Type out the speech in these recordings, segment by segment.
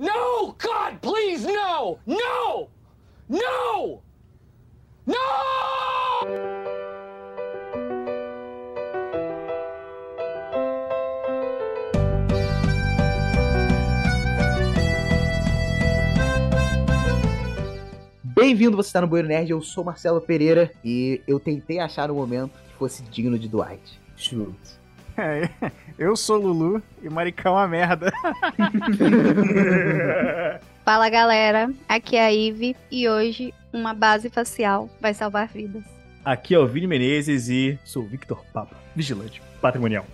Oh, God, please, no! No! No! No! Bem-vindo, você está no Bueiro Nerd, eu sou Marcelo Pereira e eu tentei achar um momento que fosse digno de Dwight. Schrute. É, eu sou Lulu e Maricá é uma merda. Fala galera, aqui é a Ive e hoje uma base facial vai salvar vidas. Aqui é o Vini Menezes e sou o Victor Papa, vigilante patrimonial.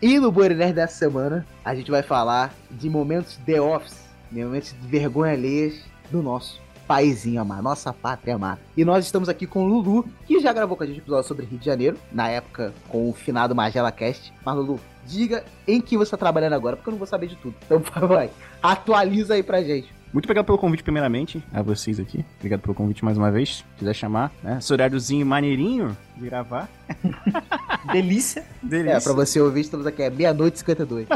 E no Bueiro Nerd dessa semana, a gente vai falar de momentos de office, de momentos de vergonha alheias do nosso paizinho amado, nossa pátria amada. E nós estamos aqui com o Lulu, que já gravou com a gente um episódio sobre Rio de Janeiro, na época com o finado Magela Cast. Mas Lulu, diga em que você tá trabalhando agora, porque eu não vou saber de tudo. Então, por favor, aí, atualiza aí pra gente. Muito obrigado pelo convite, primeiramente, a vocês aqui. Obrigado pelo convite mais uma vez. Se quiser chamar, né? Esse horáriozinho maneirinho de gravar. Delícia. É, Delícia. pra você ouvir, estamos aqui, é meia-noite e 52.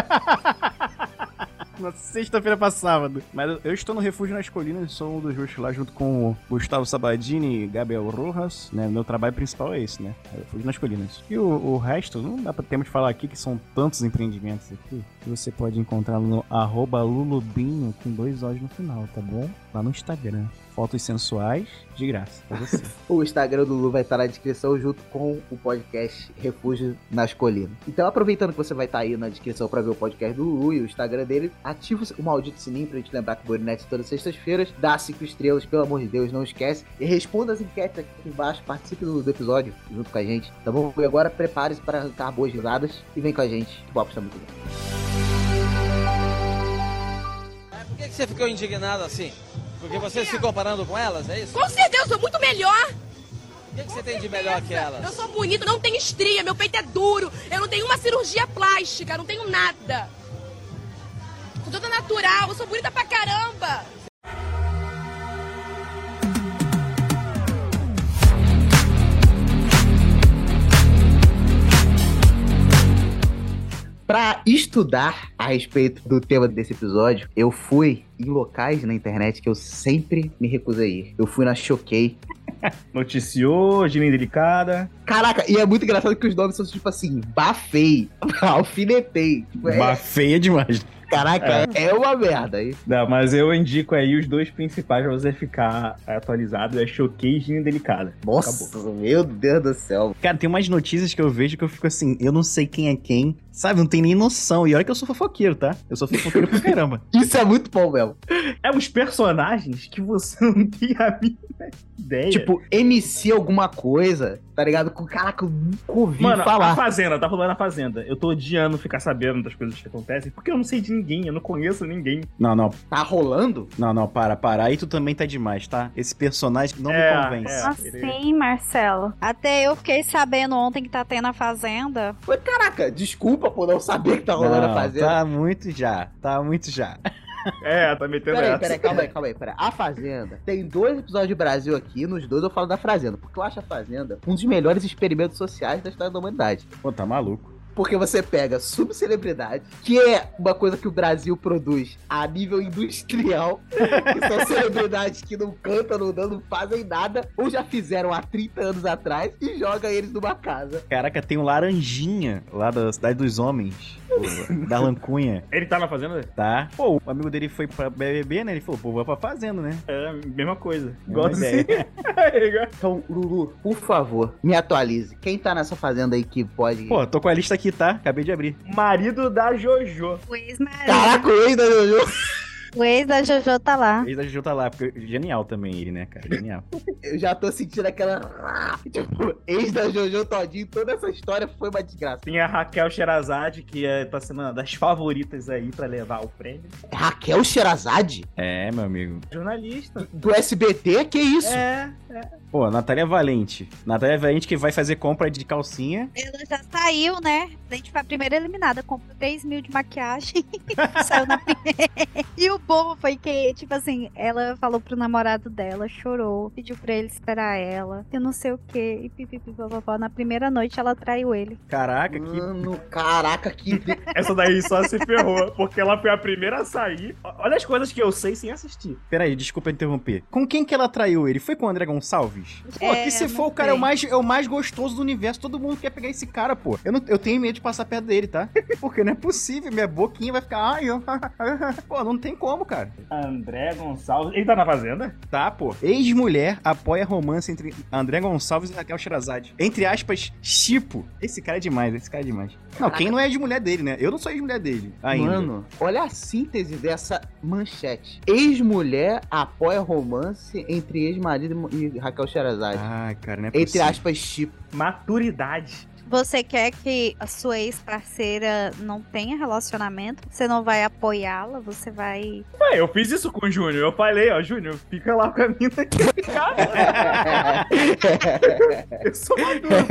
Na sexta-feira pra sábado. Mas eu- eu estou no Refúgio nas Colinas, sou um dos hosts lá junto com o Gustavo Sabadini e Gabriel Rojas. Né? Meu trabalho principal é esse, né? É o Refúgio nas Colinas. E o, o resto, não dá pra termos de falar aqui que são tantos empreendimentos aqui que você pode encontrar no arroba lulubinho com dois olhos no final, tá bom? Lá no Instagram. Fotos sensuais de graça pra você. O Instagram do Lu vai estar na descrição junto com o podcast Refúgio nas Colinas. Então, aproveitando que você vai estar aí na descrição para ver o podcast do Lu e o Instagram dele, ativa o maldito sininho pra gente lembrar que o Borinete todas as sextas-feiras. Dá cinco estrelas, pelo amor de Deus, não esquece. E responda as enquetes aqui embaixo, participe do, do episódio junto com a gente, tá bom? E agora prepare-se para arrancar boas risadas e vem com a gente, que o papo está muito bom. Por que, que você ficou indignado assim? Porque você se comparando com elas, é isso? Com certeza, eu sou muito melhor. O que, que você tem de melhor que Eu elas? sou bonita, não tenho estria, meu peito é duro. Eu não tenho uma cirurgia plástica, não tenho nada. Sou toda natural, eu sou bonita pra caramba. Pra estudar a respeito do tema desse episódio, eu fui em locais na internet que eu sempre me recusei a ir. Eu fui na Choquei. Noticiou, gíria indelicada. Caraca, e é muito engraçado que os nomes são tipo assim, bafei, alfinetei. Tipo, é- Bah, feia demais. caraca, é. uma merda. aí. Não, mas eu indico aí os dois principais pra você ficar atualizado. É Choquei e Gíria Indelicada. Nossa, meu Deus do céu. Cara, tem umas notícias que eu vejo que eu fico assim, eu não sei quem é quem, sabe? Não tem nem noção. E olha que eu sou fofoqueiro, tá? Eu sou fofoqueiro pra caramba. Isso é muito bom mesmo. É uns personagens que você não tem a mínima ideia. Tipo, MC alguma coisa, tá ligado? Com- Caraca, eu nunca ouvi Mano, a falar. Fazenda, tá rolando a Fazenda. Eu tô odiando ficar sabendo das coisas que acontecem, porque eu não sei de ninguém, eu não conheço ninguém. Não, não, Tá rolando? não, não, para, para. Aí tu também tá demais, tá? Esse personagem não É, me convence. é. Assim, Marcelo. Até eu fiquei sabendo ontem que tá tendo a fazenda. Foi, caraca, desculpa por não saber que tá rolando a Não, fazenda. Tá muito já, tá muito já. É, tá metendo Peraí, essa. peraí, calma aí, calma aí, peraí. A Fazenda tem dois episódios de Brasil aqui, nos dois eu falo da Fazenda, porque eu acho a Fazenda um dos melhores experimentos sociais da história da humanidade. Pô, tá maluco. Porque você pega subcelebridade, que é uma coisa que o Brasil produz a nível industrial, que são celebridades que não cantam, não dançam, não fazem nada, ou já fizeram há 30 anos atrás, e joga eles numa casa. Caraca, tem um Laranjinha lá da Cidade dos Homens, o- da Lancunha, Ele tá na Fazenda? tá? Pô, o amigo dele foi pra BBB, né? Ele falou, pô, vai pra fazenda, né? É, mesma coisa. Mesma Gosto ideia. de... Então, Lulu, por favor, me atualize. Quem tá nessa Fazenda aí que pode... Pô, tô com a lista aqui, tá? Acabei de abrir. Marido da Jojo. O ex-marido, Caraca, o ex da Jojo o ex da Jojo tá lá. Ele da Juju tá lá, porque genial também ele, né, cara? Genial. Eu já tô sentindo aquela. Tipo, ex da Jojo Todinho, toda essa história foi uma desgraça. Tem a Raquel Sherazade, que é, tá sendo uma das favoritas aí pra levar o prêmio. Raquel Sherazade? É, meu amigo. Jornalista. Do SBT? Que isso? É. Pô, Natália Valente. Natália Valente que vai fazer compra de é. calcinha. Ela já saiu, né? A gente foi a primeira eliminada. Comprou 3 mil de maquiagem. saiu na primeira. E o bom foi que, tipo assim, ela falou pro namorado dela, chorou, pediu pra ele esperar ela, eu não sei o quê, e pipipipopopó. Na primeira noite ela traiu ele. Caraca, que. Mano, caraca, que. Hum. Essa daí só se ferrou, porque ela foi a primeira a sair. O- Olha as coisas que eu sei sem assistir. Peraí, desculpa interromper. Com quem que ela traiu ele? Foi com o André Gonçalves? Pô, É, que se não for o cara é o, sei. mais, é o mais gostoso do universo, todo mundo quer pegar esse cara, pô. Eu, não, eu tenho medo de passar perto dele, tá? Porque não é possível, minha boquinha vai ficar. Ai, eu... pô, não tem como, cara. André Gonçalves. Ele tá na fazenda? Tá, pô. Ex-mulher apoia romance entre André Gonçalves e Raquel Sherazade. Entre aspas, tipo. Esse cara é demais, esse cara é demais. Não, quem não é de mulher dele, né? Eu não sou ex-mulher dele ainda. Mano, olha a síntese dessa manchete. Ex-mulher apoia romance entre ex-marido e Raquel Sherazade. Ai, cara, não é entre possível. aspas, tipo. Maturidade. Você quer que a sua ex-parceira não tenha relacionamento? Você não vai apoiá-la? Você vai. Ué, eu fiz isso com o Júnior. Eu falei, ó, Júnior, fica lá com a mina que cara, eu sou maduro,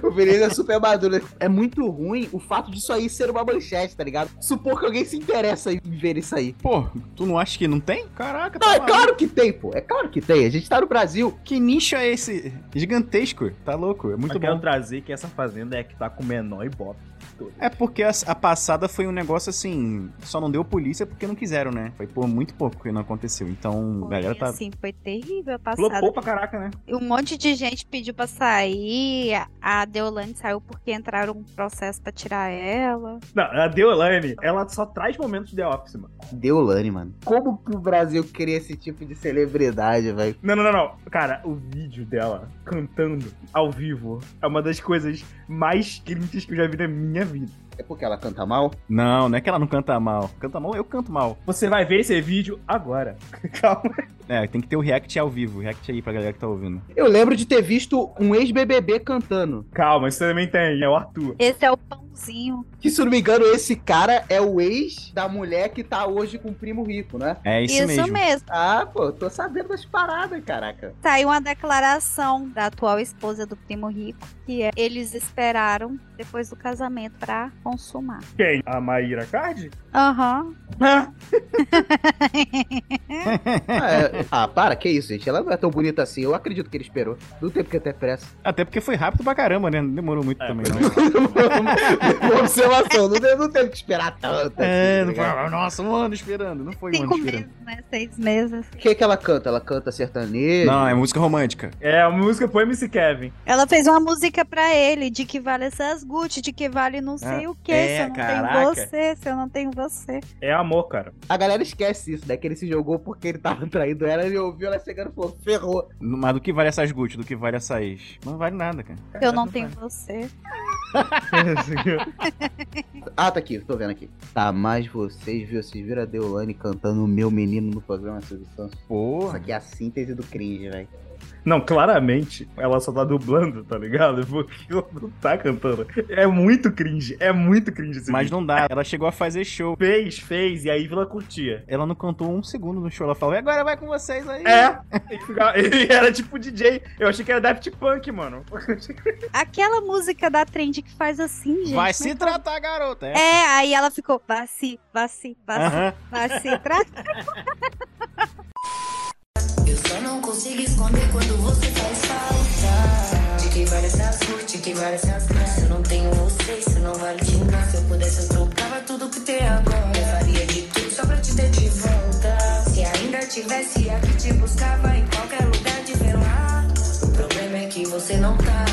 pô. o Veneza é super maduro. É muito ruim o fato disso aí ser uma manchete, tá ligado? Supor que alguém se interessa em ver isso aí. Pô, tu não acha que não tem? Caraca, Não, tá é maluco. claro que tem, pô. É claro que tem. A gente tá no Brasil. Que nicho é esse? Gigantesco. Tá louco, é muito Muito bom. quero trazer que essa fazenda é que tá com o menor ibope. de todas. É porque a, a passada foi um negócio assim, só não deu polícia porque não quiseram, né? Foi por muito pouco que não aconteceu. Então, Foi galera tá. assim, foi terrível a passada. Flopou pra caraca, né? Um monte de gente pediu pra sair. a- A Deolane saiu porque entraram um processo pra tirar ela. Não, a Deolane, ela só traz momentos de The Office, mano. Deolane, mano. Como que o Brasil cria esse tipo de celebridade, velho? Não, não, não, não. Cara, o vídeo dela cantando ao vivo é uma das coisas mais cringes que eu já vi na minha vida. É porque ela canta mal? Não, não é que ela não canta mal. Canta mal, eu canto mal. Você vai ver esse vídeo agora. Calma. É, tem que ter o react ao vivo. React aí pra galera que tá ouvindo. Eu lembro de ter visto um ex-BBB cantando. Calma, isso também tem. É o Arthur. Esse é o pãozinho. Que, se eu não me engano, esse cara é o ex da mulher que tá hoje com o primo rico, né? É isso, mesmo. Ah, pô, tô sabendo das paradas, caraca. Saiu Tá uma declaração da atual esposa do primo rico, que é eles esperaram depois do casamento pra consumar. Quem? A Maíra Card? Aham. Ah, Ah, é- ah, para, que isso, gente. Ela não é tão bonita assim. Eu acredito que ele esperou. Do tempo que até pressa. Até porque foi rápido pra caramba, né? Não demorou É, muito também, não. Boa observação. Não, não teve que esperar tanto. É, assim, não tá ligado? foi, nossa, um ano esperando. Não foi um ano Cinco esperando. meses, né? Seis meses. O que, que ela canta? Ela canta sertanejo? Não, é música romântica. É, a música foi MC Kevin. Ela fez uma música pra ele, de que vale essas Gucci, de que vale não sei o que, é, se eu não caraca. tenho você, se eu não tenho você. É amor, cara. A galera esquece isso, né? Que ele se jogou porque ele tava traindo ela. Ele ouviu ela chegando e falou: ferrou. Mas do que vale essas Gucci? Do que vale essas. Não vale nada, cara. Se eu não tenho você. Ah, tá aqui, tô vendo aqui. Tá, mas vocês, viu? Vocês viram a Deolane cantando o meu menino no programa Silvio Santos? Isso Porra. aqui é a síntese do cringe, velho. Não, claramente, ela só tá dublando, tá ligado? Porque ela não tá cantando. É muito cringe, é muito cringe esse Mas vídeo. não dá. Ela chegou a fazer show. Fez, fez, e aí Vila curtia. Ela não cantou um segundo no show. Ela falou, e agora vai com vocês aí. É, e ficava- e era tipo DJ. Eu achei que era Daft Punk, mano. Aquela música da Trend que faz assim, gente. vai mas- se tratar, garota. É. É, aí ela ficou, vá se, vá se, vá se, Aham. vá se tratar. Eu só não consigo esconder quando você faz falta. De que vale essas flores, de que vale essas graças? Eu não tenho você, isso não vale de nada. Se eu pudesse, eu trocava tudo que tem agora. Eu faria de tudo só pra te ter de volta. Se ainda tivesse aqui, te buscava em qualquer lugar de ver lá. O problema é que você não tá.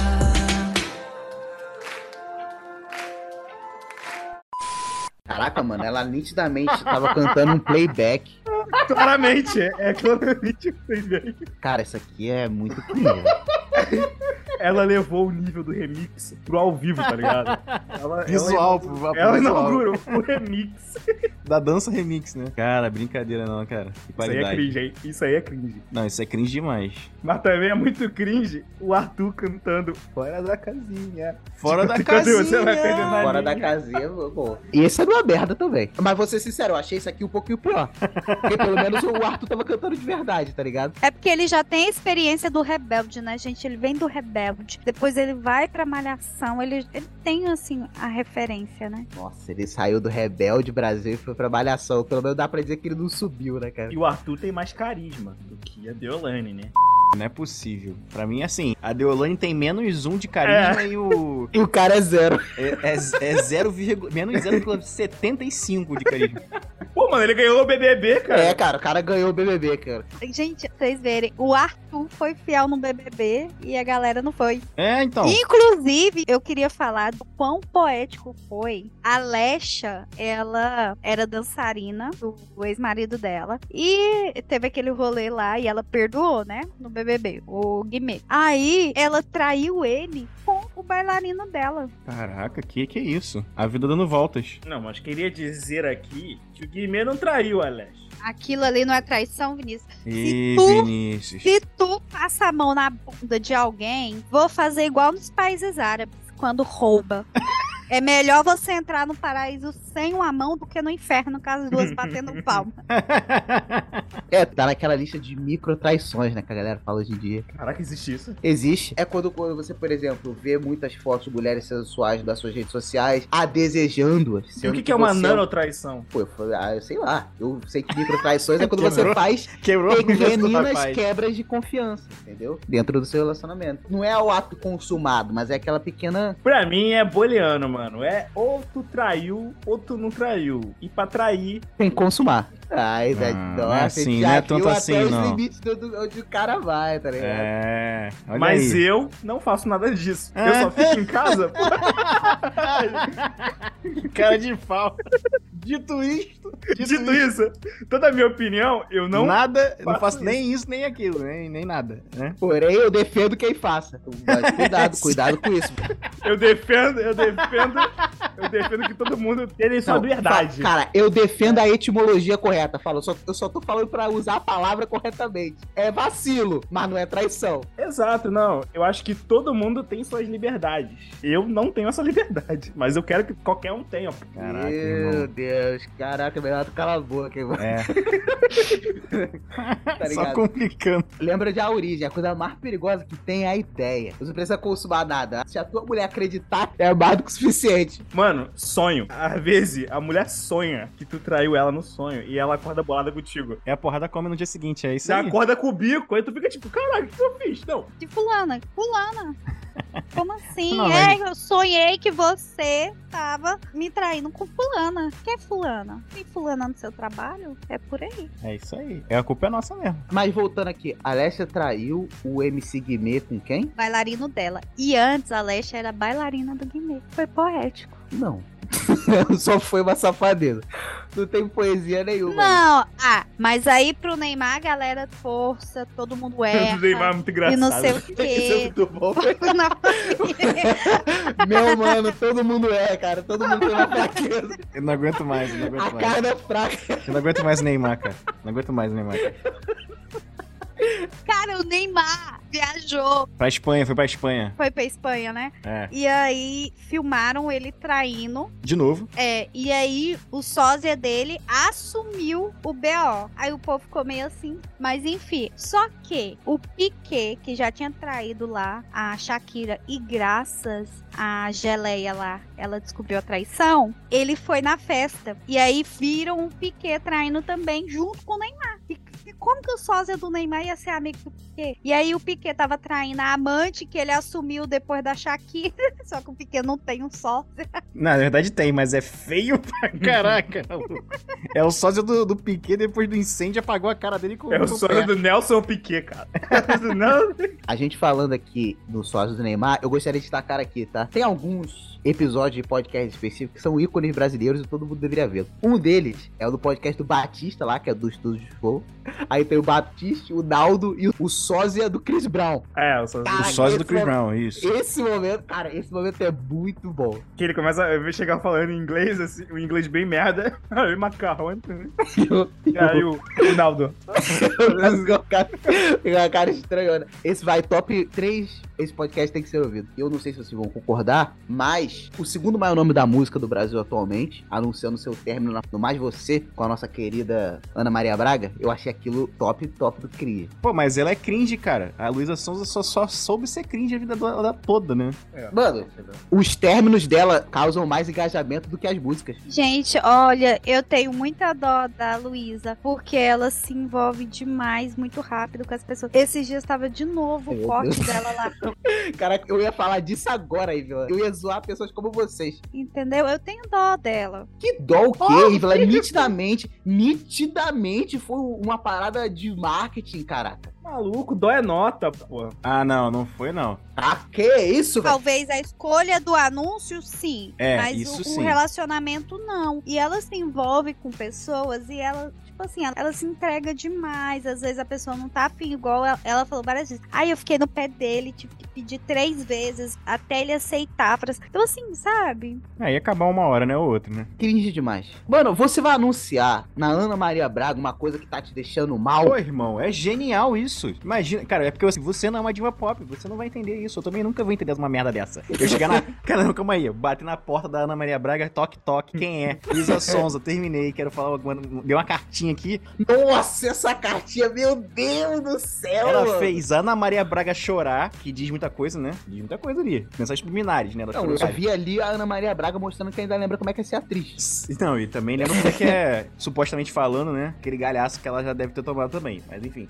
Caraca, mano, ela nitidamente tava cantando um playback. claramente, é, é claramente. fez, velho. Cara, isso aqui é muito cringe. velho. Ela levou o nível do remix pro ao vivo, tá ligado? Ela, Visual, pro- ela, pro ela visual. inaugurou É o remix. Da dança remix, né? Cara, brincadeira não, cara. Que Isso aí é qualidade. cringe, hein? Isso aí é cringe. Não, isso é cringe demais. Mas também é muito cringe o Arthur cantando fora da casinha. Fora da Cadê casinha. você? Vai perder na- Fora da casinha, bom. E é esse era uma merda também. Mas vou ser sincero, eu achei isso aqui um pouquinho pior. Porque pelo menos o Arthur tava cantando de verdade, tá ligado? É porque ele já tem a experiência do Rebelde, né, gente? Ele vem do rebelde. Depois ele vai pra Malhação, ele, ele tem, assim, a referência, né? Nossa, ele saiu do Rebelde Brasil e foi pra Malhação. Pelo menos dá pra dizer que ele não subiu, né, cara? E o Arthur tem mais carisma do que a Deolane, né? Não é possível. Pra mim, assim, a Deolane tem menos um de É. carisma e o. E o cara é zero. É, é, é 0, menos 0,75 de carisma. Pô, mano, ele ganhou o BBB, cara. É, cara, o cara ganhou o BBB, cara. Gente, pra vocês verem, o Arthur foi fiel no BBB e a galera não foi. É, então. Inclusive, eu queria falar do quão poético foi. A Lesha, ela era dançarina do ex-marido dela. E teve aquele rolê lá e ela perdoou, né? No BBB, o Guimê. Aí, ela traiu ele com o bailarino dela. Caraca, que que é isso? A vida dando voltas. Não, mas queria dizer aqui que o Guimê não traiu a Alex. Aquilo ali não é traição, Vinícius. Ih, tu- Vinícius. Se tu passa a mão na bunda de alguém, vou fazer igual nos países árabes, quando rouba. É melhor você entrar no paraíso sem uma mão do que no inferno com as duas batendo palma. É, tá naquela lista de micro traições, né, que a galera fala hoje em dia. Caraca, existe isso? Existe. É quando, quando você, por exemplo, vê muitas fotos de mulheres sensuais das suas redes sociais, a desejando-as. E o sendo que, que é uma você- nanotraição? Pô, eu falei, ah, eu sei lá. Eu sei que micro traições é quando você Quebrou. faz Quebrou a cabeça do pequeninas rapaz. quebras de confiança, entendeu? Dentro do seu relacionamento. Não é o ato consumado, mas é aquela pequena. Pra mim é booleano, mano. É ou tu traiu ou tu não traiu. E pra trair. Tem que consumar. Ai, Zé, Ah, nossa, não é assim, já não é viu tanto até assim, os não. limites do, do- onde o cara vai, tá ligado? É. Olha mas aí. eu não faço nada disso. É. Eu só fico em casa. pô. Cara de pau. Dito isto, Dito isso, toda a minha opinião, eu não. nada, não faço faço isso. nem isso, nem aquilo, nem, nem nada, né? Porém, eu defendo quem faça. Então, Mas cuidado, cuidado com isso. Eu defendo, eu defendo. eu defendo que todo mundo tenha sua Não, é verdade. Cara, eu defendo a etimologia correta. Falo, só, eu só tô falando pra usar a palavra corretamente. É vacilo, mas não é traição. Exato, não. Eu acho que todo mundo tem suas liberdades. Eu não tenho essa liberdade. Mas eu quero que qualquer um tenha. pô. Caraca, Meu irmão. Deus, caraca, melhor tu cala a boca, irmão. É. Tá Só ligado? complicando. Lembra de a origem, a coisa mais perigosa que tem é a ideia. Você não precisa consumar nada. Se a tua mulher acreditar, é mais do que o suficiente. Mano, sonho. Às vezes, a mulher sonha que tu traiu ela no sonho e ela acorda bolada contigo. É a porrada come no dia seguinte, é isso Você aí. acorda com o bico, aí tu fica tipo, caralho, o que eu fiz? Não. De fulana, fulana. Como assim? Não, é, mas- eu sonhei que você tava me traindo com fulana. Quem é fulana? Tem fulana no seu trabalho? É por aí. É isso aí. É a culpa é nossa mesmo. Mas voltando aqui, a Alessia traiu o MC Guimê com quem? Bailarino dela. E antes a Lesha era bailarina do Guimê. Foi poético. Não. só foi uma safadeza. Não tem poesia nenhuma. Não, ah, mas aí pro Neymar, a galera força, todo mundo erra. O Neymar é muito engraçado. é E não sei o quê. é Muito bom. Não, Meu mano, todo mundo é, cara. Todo mundo tem uma fraqueza. Eu não aguento mais, eu não A aguento mais. carne é fraca. Eu não aguento mais o Neymar, cara. Não aguento mais o Neymar. Cara, o Neymar viajou, Pra Espanha, foi pra Espanha. foi pra Espanha, né? É. E aí filmaram ele traindo. De novo. É, e aí o sósia dele assumiu o BO. Aí o povo ficou meio assim. Mas enfim, só que o Piquet, que já tinha traído lá a Shakira, e graças a geleia lá, ela descobriu a traição. Ele foi na festa. E aí viram o Piquet traindo também, junto com o Neymar. E e como que o sósia do Neymar ia ser amigo do Piquet? E aí o Piquet tava traindo a amante que ele assumiu depois da Shakira. Só que o Piquet não tem um só. Na verdade tem, mas é feio pra caraca. é o sósia do, do Piquet depois do incêndio, apagou a cara dele com É com o sonho pé. do Nelson Piquet, cara. não, A gente falando aqui do sócio do Neymar, eu gostaria de destacar aqui, tá? Tem alguns episódios de podcast específicos que são ícones brasileiros e todo mundo deveria ver. Um deles é o do podcast do Batista lá, que é do Estúdio de Flow. Aí tem o Batista, o Naldo e o sósia do Chris Brown. é, o sonho O Caraca, sósia do esse Chris é- Brown, isso. Esse momento, cara, esse momento é muito bom. que ele começa a chegar falando em inglês, assim, um inglês bem merda. Aí macarrão. entendeu? E aí o Ronaldo. é um Ficou uma cara, ficou uma cara estranhona. Esse vai top 3 esse podcast tem que ser ouvido. Eu não sei se vocês vão concordar, mas o segundo maior nome da música do Brasil atualmente, anunciando seu término na- no Mais Você, com a nossa querida Ana Maria Braga, eu achei aquilo top, top do Cria. Pô, mas ela é cringe, cara. A Luísa Sonza só, só soube ser cringe a vida dela toda, né? É. Mano, os términos dela causam mais engajamento do que as músicas. Gente, olha, eu tenho muita dó da Luísa, porque ela se envolve demais, muito rápido com as pessoas. Esses dias tava de novo o Meu corte Deus. dela lá, Caraca, eu ia falar disso agora, Ivila. Eu ia zoar pessoas como vocês. entendeu? Eu tenho dó dela. Que dó o quê, Oh, Ivila? que Nitidamente, nitidamente foi uma parada de marketing, caraca. Maluco, dó é nota, porra. Ah, não, não foi, não. Ah, que isso, velho? Talvez a escolha do anúncio, sim. É, mas o- isso o, sim. relacionamento, não. E ela se envolve com pessoas e ela, tipo assim, ela, ela se entrega demais. Às vezes a pessoa não tá afim, igual ela, ela falou várias vezes. Aí eu fiquei no pé dele, tive que pedir três vezes até ele aceitar. pra- Então, assim, sabe? Aí acabar uma hora, né? Ou outra, né? Cringe demais. Mano, você vai anunciar na Ana Maria Braga uma coisa que tá te deixando mal? Pô, irmão, é genial isso. Imagina, cara, é porque assim, você não é uma diva pop, você não vai entender isso. Eu também nunca vou entender uma merda dessa. Eu chegar na. Caramba, calma aí. Eu bati na porta da Ana Maria Braga, toque, toque. Quem é? Luísa Sonza, terminei. Quero falar alguma. Deu uma cartinha aqui. Nossa, essa cartinha, meu Deus do céu! Ela mano. fez Ana Maria Braga chorar, que diz muita coisa, né? Diz muita coisa ali. Mensagens subliminares, né? Ela Não, chorou, eu sabe? vi ali a Ana Maria Braga mostrando que ainda lembra como é que é ser atriz. Não, e também lembra como é que é, supostamente falando, né? Aquele galhaço que ela já deve ter tomado também, mas enfim.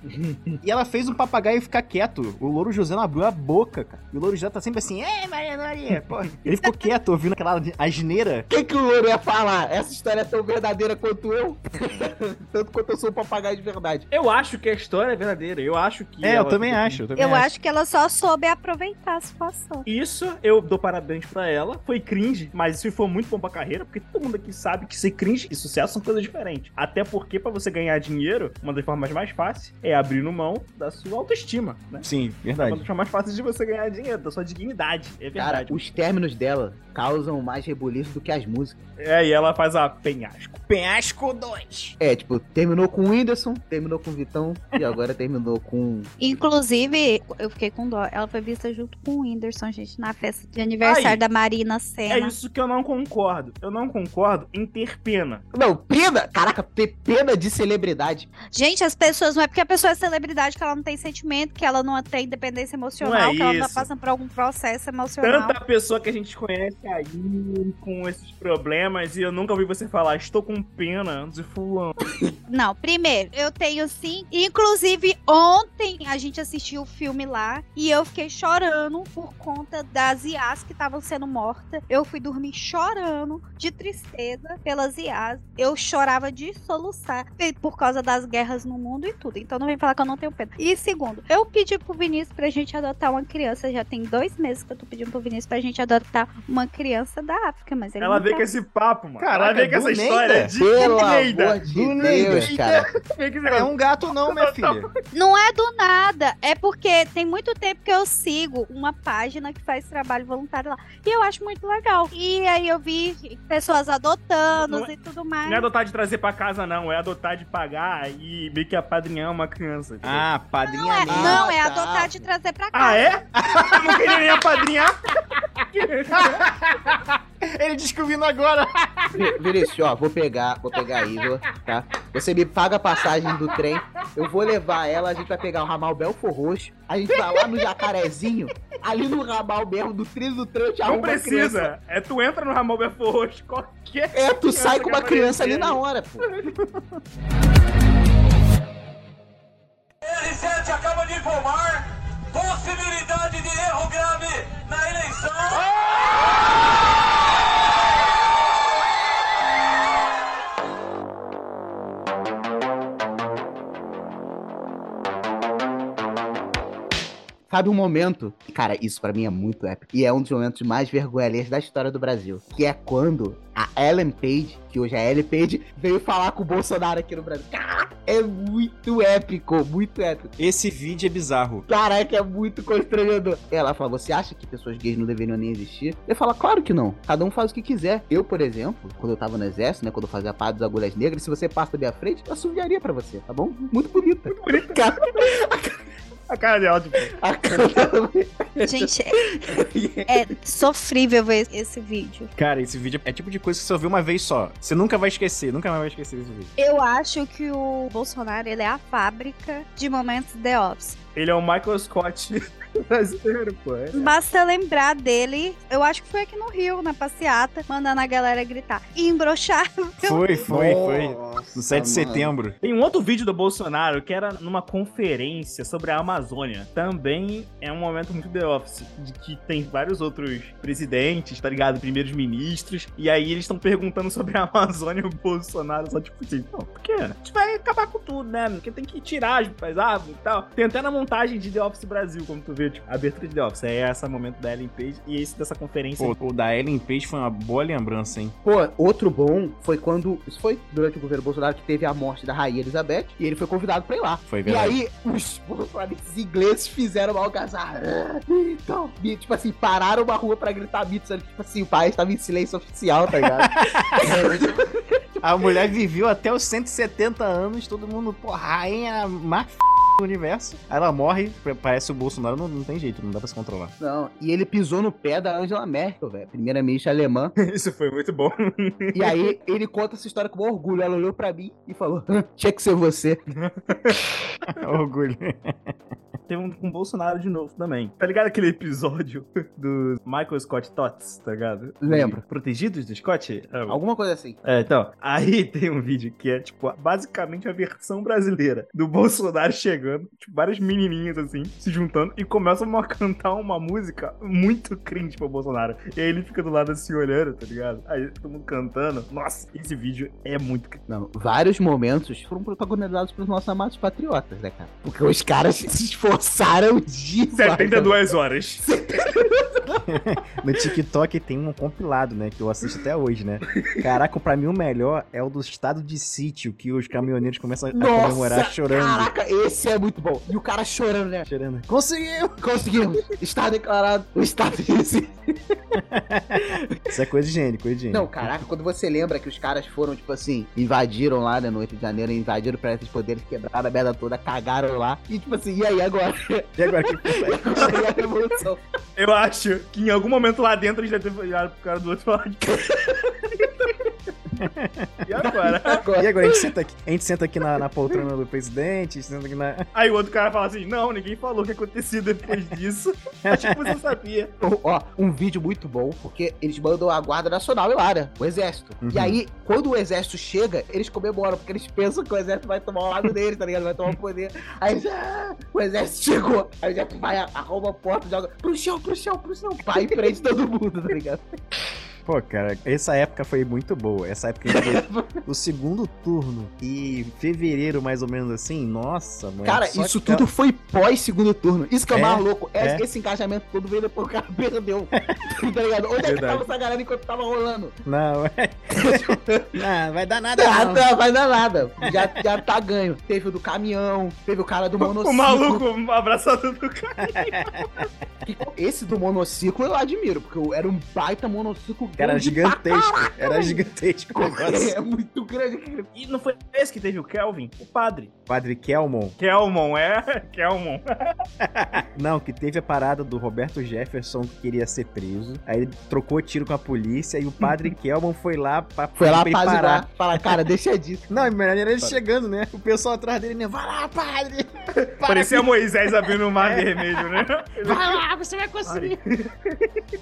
E ela fez um papagaio ficar quieto. O Louro José não abriu a boca, cara. E o Louro José tá sempre assim, é, Maria Maria, pô. Ele ficou quieto ouvindo aquela asneira. O que, que o Louro ia falar? Essa história é tão verdadeira quanto eu? Tanto quanto eu sou um papagaio de verdade. Eu acho que a história é verdadeira. Eu acho que. É, eu ela- também acho, eu também eu acho que ela só soube aproveitar a situação. Isso, eu dou parabéns pra ela. Foi cringe, mas isso foi muito bom pra carreira, porque todo mundo aqui sabe que ser cringe e sucesso são coisas diferentes. Até porque, pra você ganhar dinheiro, uma das formas mais fáceis é abrindo mão da sua autoestima, né? Sim, Uma verdade. das formas mais fáceis de você ganhar dinheiro, da sua dignidade. É Cara, verdade. os términos dela causam mais rebuliço do que as músicas. É, e ela faz a penhasco. Penhasco 2. É, tipo, terminou com o Whindersson, terminou com o Vitão e agora terminou com. Inclusive, eu fiquei com dó. Ela foi vista junto com o Whindersson, gente, na festa de aniversário Aí. da Marina É Senna. isso que eu não concordo. Eu não concordo em ter pena. Não, pena! Caraca, ter pena de celebridade. Gente, as pessoas, não é porque a pessoa é celebridade que ela não tem sentimento, que ela não tem dependência emocional, Não é que ela não tá isso. passando por algum processo emocional. Tanta pessoa que a gente conhece aí com esses problemas e eu nunca ouvi você falar, estou com pena de fulano. Não, primeiro, eu tenho sim. Inclusive, ontem a gente assistiu o filme lá e eu fiquei chorando por conta das IAs que estavam sendo mortas. Eu fui dormir chorando de tristeza pelas IAs. Eu chorava de soluçar e por causa das guerras no mundo e tudo. Então não vem falar que eu não tenho pena. E segundo, eu pedi pro Vinícius pra gente adotar uma criança. Já tem dois meses que eu tô pedindo pro Vinícius pra gente adotar uma criança da África, mas ele Ela não vem quer. com esse papo, mano. Caraca, ela vem com do essa Neida. história é de Pelo Neida. amor de Deus, Do Neida. cara. Vem com esse É negócio. um gato não, minha filha. Não é do nada, é porque tem muito tempo que eu sigo uma página que faz trabalho voluntário lá. E eu acho muito legal. E aí eu vi pessoas adotando Não é- e tudo mais. Não é adotar de trazer pra casa, não. É adotar de pagar e meio que apadrinhar uma criança. entendeu? Ah, Não é, padrinha linda. não, é tá. adotar de trazer pra cá. Ah, é? Não queria nem apadrinhar? Ele descobrindo agora. Vinícius, ó, vou pegar, vou pegar a Igor, tá? Você me paga a passagem do trem, eu vou levar ela, a gente vai pegar o ramal Belfor Roxo, a gente vai lá no Jacarezinho, ali no ramal mesmo, do trilho do trem, eu te Não arrumo uma criança. precisa. É tu entra no Ramon Belfor Roxo, qualquer. É, tu sai com que uma criança ali aparecer na hora, pô. R7 acaba de informar possibilidade de erro grave na eleição. Sabe um momento? Cara, isso pra mim é muito épico. E é um dos momentos mais vergonhosos da história do Brasil. Que é quando a Ellen Page, que hoje é Ellen Page, veio falar com o Bolsonaro aqui no Brasil. Caraca, é muito épico, muito épico. Esse vídeo é bizarro. Caraca, é muito constrangedor. Ela fala: Você acha que pessoas gays não deveriam nem existir? Eu falo: Claro que não. Cada um faz o que quiser. Eu, por exemplo, quando eu tava no exército, né? Quando eu fazia a parte das agulhas negras, se você passa da minha frente, eu assumiria pra você, tá bom? Muito bonita. Muito bonita. Cara, A cara dela, tipo, A cara- Gente, é, é sofrível ver esse vídeo. Cara, esse vídeo é tipo de coisa que você só vê uma vez só. Você nunca vai esquecer, nunca mais vai esquecer esse vídeo. Eu acho que o Bolsonaro ele é a fábrica de momentos The Office. ele é o Michael Scott brasileiro, pô. É. Basta lembrar dele, eu acho que foi aqui no Rio, na passeata, mandando a galera gritar embroxável. Foi, foi, foi. Nossa, No 7 de mano. setembro. Tem um outro vídeo do Bolsonaro que era numa conferência sobre a Amazônia. Também é um momento muito The Office, de que tem vários outros presidentes, tá ligado? Primeiros ministros. E aí eles estão perguntando sobre a Amazônia e o Bolsonaro só tipo assim, não, por quê? A gente vai acabar com tudo, né? Porque tem que tirar as árvores e tal. Tem até na montagem de The Office Brasil, como tu vê, tipo, a abertura de The Office. É esse momento da Ellen Page e esse dessa conferência. Pô, o da Ellen Page foi uma boa lembrança, hein? Pô, outro bom foi quando. Isso foi durante o governo Bolsonaro que teve a morte da Rainha Elizabeth e ele foi convidado pra ir lá. Foi E É verdade. aí, os bolsonaristas ingleses fizeram uma algazarra. Ah, Então, e, tipo assim, pararam uma rua pra gritar mito, sendo que, tipo assim, o país tava em silêncio oficial, tá ligado? A mulher é. viveu até os 170 anos, todo mundo, pô, rainha má f... do universo. Aí ela morre, parece o Bolsonaro, não, não tem jeito, não dá pra se controlar. Não, e ele pisou no pé da Angela Merkel, velho, primeira-ministra alemã. Isso foi muito bom. E aí, ele conta essa história com orgulho. Ela olhou pra mim e falou: "Hã, tinha que ser você. Orgulho. Teve um com o Bolsonaro de novo também. Tá ligado aquele episódio do Michael Scott Tots, tá ligado? Lembro. Protegidos do Scott? É, Alguma coisa assim. É, então. Aí tem um vídeo que é, tipo, basicamente a versão brasileira do Bolsonaro chegando, tipo, várias menininhas assim, se juntando e começam a cantar uma música muito cringe pro Bolsonaro. E aí ele fica do lado assim olhando, tá ligado? Aí todo mundo cantando. Nossa, esse vídeo é muito cringe. Não, vários momentos foram protagonizados pelos nossos amados patriotas, né, cara? Porque os caras se esforçaram de. 72 horas. No TikTok tem um compilado, né? Que eu assisto até hoje, né? Caraca, pra mim o melhor é o do estado de sítio, que os caminhoneiros começam a Nossa, comemorar chorando. Caraca, esse é muito bom. E o cara chorando, né? Chorando. Conseguiu! Conseguimos. Está declarado o estado de exceção. Isso é coisa de gênio, coisa de gênio. Não, caraca, quando você lembra que os caras foram, tipo assim, invadiram lá, né, no 8 de janeiro, invadiram o Planeta dos Poderes, quebraram a merda toda, cagaram lá. E, tipo assim, e aí agora? E agora que consegue? Chegou a revolução. Eu acho que em algum momento lá dentro eles devem ter olhado pro cara do outro lado. e agora? E Agora. agora a gente senta aqui, a gente senta aqui na, na poltrona do presidente, a gente senta aqui na. Aí o outro cara fala assim: Não, ninguém falou o que aconteceu depois disso. acho que você sabia. Ó, um vídeo muito bom, porque eles mandam a Guarda Nacional e lá, né? O Exército. Uhum. E aí, quando o Exército chega, eles comemoram, porque eles pensam que o Exército vai tomar o lado deles, tá ligado? Vai tomar o poder. Aí eles, ah, o Exército chegou. Aí o Exército vai, arruma a porta, joga pro chão, pro chão, pro chão. Vai em frente de todo mundo, tá ligado? Pô, cara, essa época foi muito boa. Essa época que foi o segundo turno e fevereiro, mais ou menos assim. Nossa, mano. Cara, só isso que- tudo foi pós segundo turno. Isso que é o É, mais louco. É, é. Esse engajamento todo veio depois que o cara perdeu. tá ligado? Onde é que Verdade. tava essa galera enquanto tava rolando? Não, é. não, vai dar nada. Ah, não. tá, vai dar nada. Já, já tá ganho. Teve o do caminhão, teve o cara do monociclo. O maluco abraçado do cara. Que- Esse do monociclo eu admiro, porque eu- era um baita monociclo Era grande gigantesco. Era velho. gigantesco o pra caralho. negócio. É muito grande. E não foi esse que teve o Kelvin? O padre. Padre Kelmon. Kelmon, é? Kelmon. Não, que teve a parada do Roberto Jefferson que queria ser preso. Aí ele trocou tiro com a polícia e o padre Kelmon foi lá pra Foi lá pra ele apaziguar, falar, cara, deixa disso. Não, e melhor era ele chegando, né? O pessoal atrás dele, né? Vai lá, Ah, padre! Para Parecia Moisés abrindo o É. mar vermelho, né? Vai lá, você vai conseguir!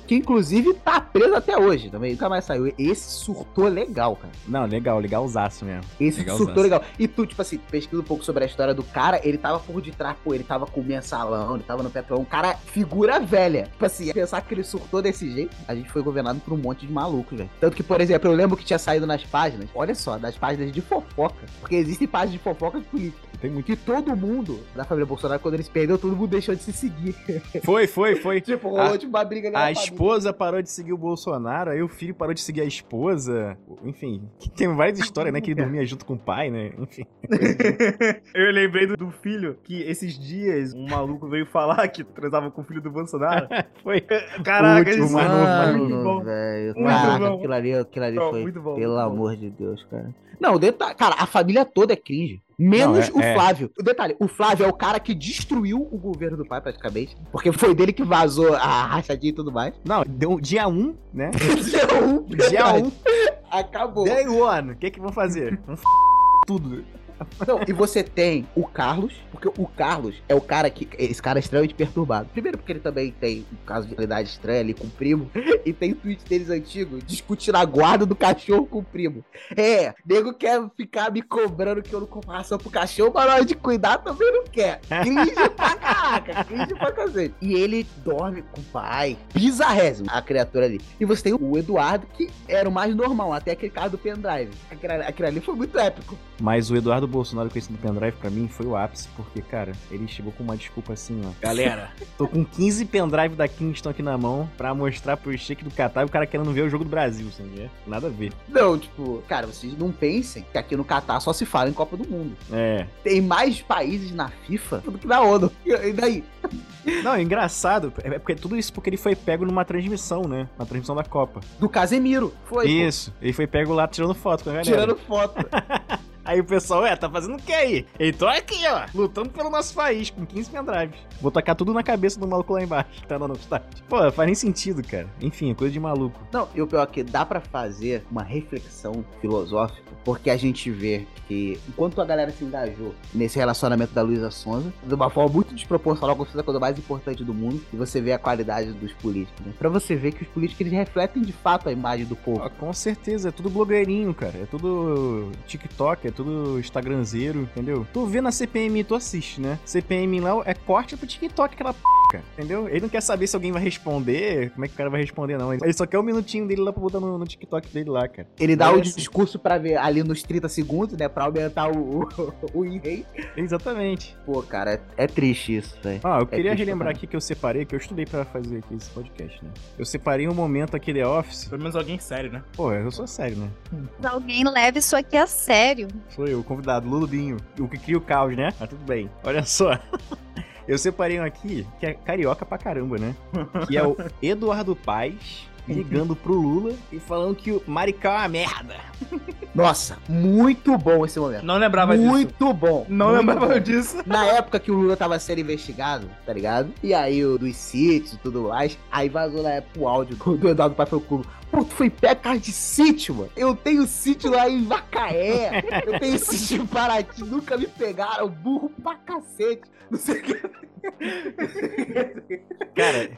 Que inclusive tá preso até hoje também, nunca mais saiu. Esse surtou legal, cara. Não, legal, legalzaço mesmo. Esse Legal, surtou Zanzi. legal. E tu, tipo assim, pesquisa um pouco sobre a história do cara, ele tava por detrás, pô, ele tava com o mensalão, ele tava no petrolão. Um cara, figura velha. Tipo assim, pensar que ele surtou desse jeito, a gente foi governado por um monte de malucos, velho. Tanto que, por exemplo, eu lembro que tinha saído nas páginas, olha só, das páginas de fofoca. Porque existem páginas de fofoca de política. Tem muito. Que todo mundo da família Bolsonaro, quando eles perderam, todo mundo deixou de se seguir. Foi, foi, foi. tipo, rolou A- tipo uma briga na A família. esposa parou de seguir o Bolsonaro, aí o filho parou de seguir a esposa. Enfim, que tem várias histórias, né? Que ele dormia junto com o pai, né? Enfim. Eu lembrei do, do filho que esses dias um maluco veio falar que transava com o filho do Bolsonaro. Foi. Caraca, último, isso é mais novo, mais muito novo. bom. velho. Muito Caraca, bom. aquilo ali, aquilo ali Não, foi muito bom. Pelo muito bom. amor de Deus, cara. Não, o detalhe, cara, a família toda é cringe. Menos Não, é- o é. Flávio. O detalhe, o Flávio é o cara que destruiu o governo do pai, praticamente. Porque foi dele que vazou a rachadinha e tudo mais. Não, deu dia 1, um, né? Dia um, Dia 1, verdade. Acabou. day one. O que que vão fazer? Vão f... tudo. Não, e você tem o Carlos, porque o Carlos é o cara que. Esse cara é extremamente perturbado. Primeiro, porque ele também tem um caso de realidade estranha ali com o primo. E tem o tweet deles antigo discutindo a guarda do cachorro com o primo. É, nego quer ficar me cobrando que eu não compro ração pro cachorro, mas na hora de cuidar também não quer. Cringe pra caraca, cringe pra cacete. E ele dorme com o pai, bizarrésimo, a criatura ali. E você tem o Eduardo, que era o mais normal, até aquele cara do pendrive. Aquele, aquele ali foi muito épico. Mas o Eduardo Bolsonaro com esse do pendrive pra mim foi o ápice, porque, cara, ele chegou com uma desculpa assim, ó. Galera, tô com 15 pendrive da Kingston aqui na mão pra mostrar pro Sheik do Catar e o cara querendo ver o jogo do Brasil, sabe? É, Nada a ver. Não, tipo, cara, vocês não pensem que aqui no Catar só se fala em Copa do Mundo. É. Tem mais países na FIFA do que na ONU. E- E daí? Não, é engraçado, é porque tudo isso porque ele foi pego numa transmissão, né? Na transmissão da Copa. Do Casemiro. Foi. pô, Isso, é ele foi pego lá tirando foto com a galera. Tirando foto. Aí o pessoal, é, tá fazendo o que aí? Ele tô aqui, ó, lutando pelo nosso país, com 15 pendrives. Vou tacar tudo na cabeça do maluco lá embaixo, que tá andando no estádio. Pô, faz nem sentido, cara. Enfim, é coisa de maluco. Não, e o pior é que dá pra fazer uma reflexão filosófica, porque a gente vê que enquanto a galera se engajou nesse relacionamento da Luísa Sonza, de uma forma muito desproporcional, como se fosse a coisa mais importante do mundo, e você vê a qualidade dos políticos, né? Pra você ver que os políticos eles refletem de fato a imagem do povo. Ah, com certeza, é tudo blogueirinho, cara. É tudo TikTok, é tudo Instagramzeiro, entendeu? Tu vê na CPM, tu assiste, né? CPM lá é corte pro TikTok, aquela p, cara, entendeu? Ele não quer saber se alguém vai responder, como é que o cara vai responder, não. Ele só quer o minutinho dele lá pra botar no, no TikTok dele lá, cara. Ele dá o é Parece. assim. discurso pra ver ali nos 30 segundos, né? Pra aumentar o, o, o win rate. Exatamente. Pô, cara, é, é triste isso, né? velho. Ah, eu queria triste relembrar também. aqui que eu separei, que eu estudei pra fazer aqui esse podcast, né? Eu separei um momento aqui The Office. Pelo menos alguém sério, né? Pô, eu sou sério, né? Alguém leva isso aqui a sério. Sou eu, o convidado, Lulubinho. O que cria o caos, né? Mas tudo bem. Olha só. Eu separei um aqui que é carioca pra caramba, né? Que é o Eduardo Paz ligando pro Lula e falando que o Maricá é uma merda. Nossa, muito bom esse momento. Não lembrava disso. muito bom. Não muito lembrava bom. disso. Na época que o Lula tava sendo investigado, tá ligado? E aí o dos sítios e tudo mais. Aí vazou na época o áudio do do Eduardo Pai foi culo. Pô, tu foi pé cara de sítio, mano. Eu tenho sítio lá em Vacaé. Eu tenho sítio em Paraty. Nunca me pegaram. Burro pra cacete. Não sei o que. Cara.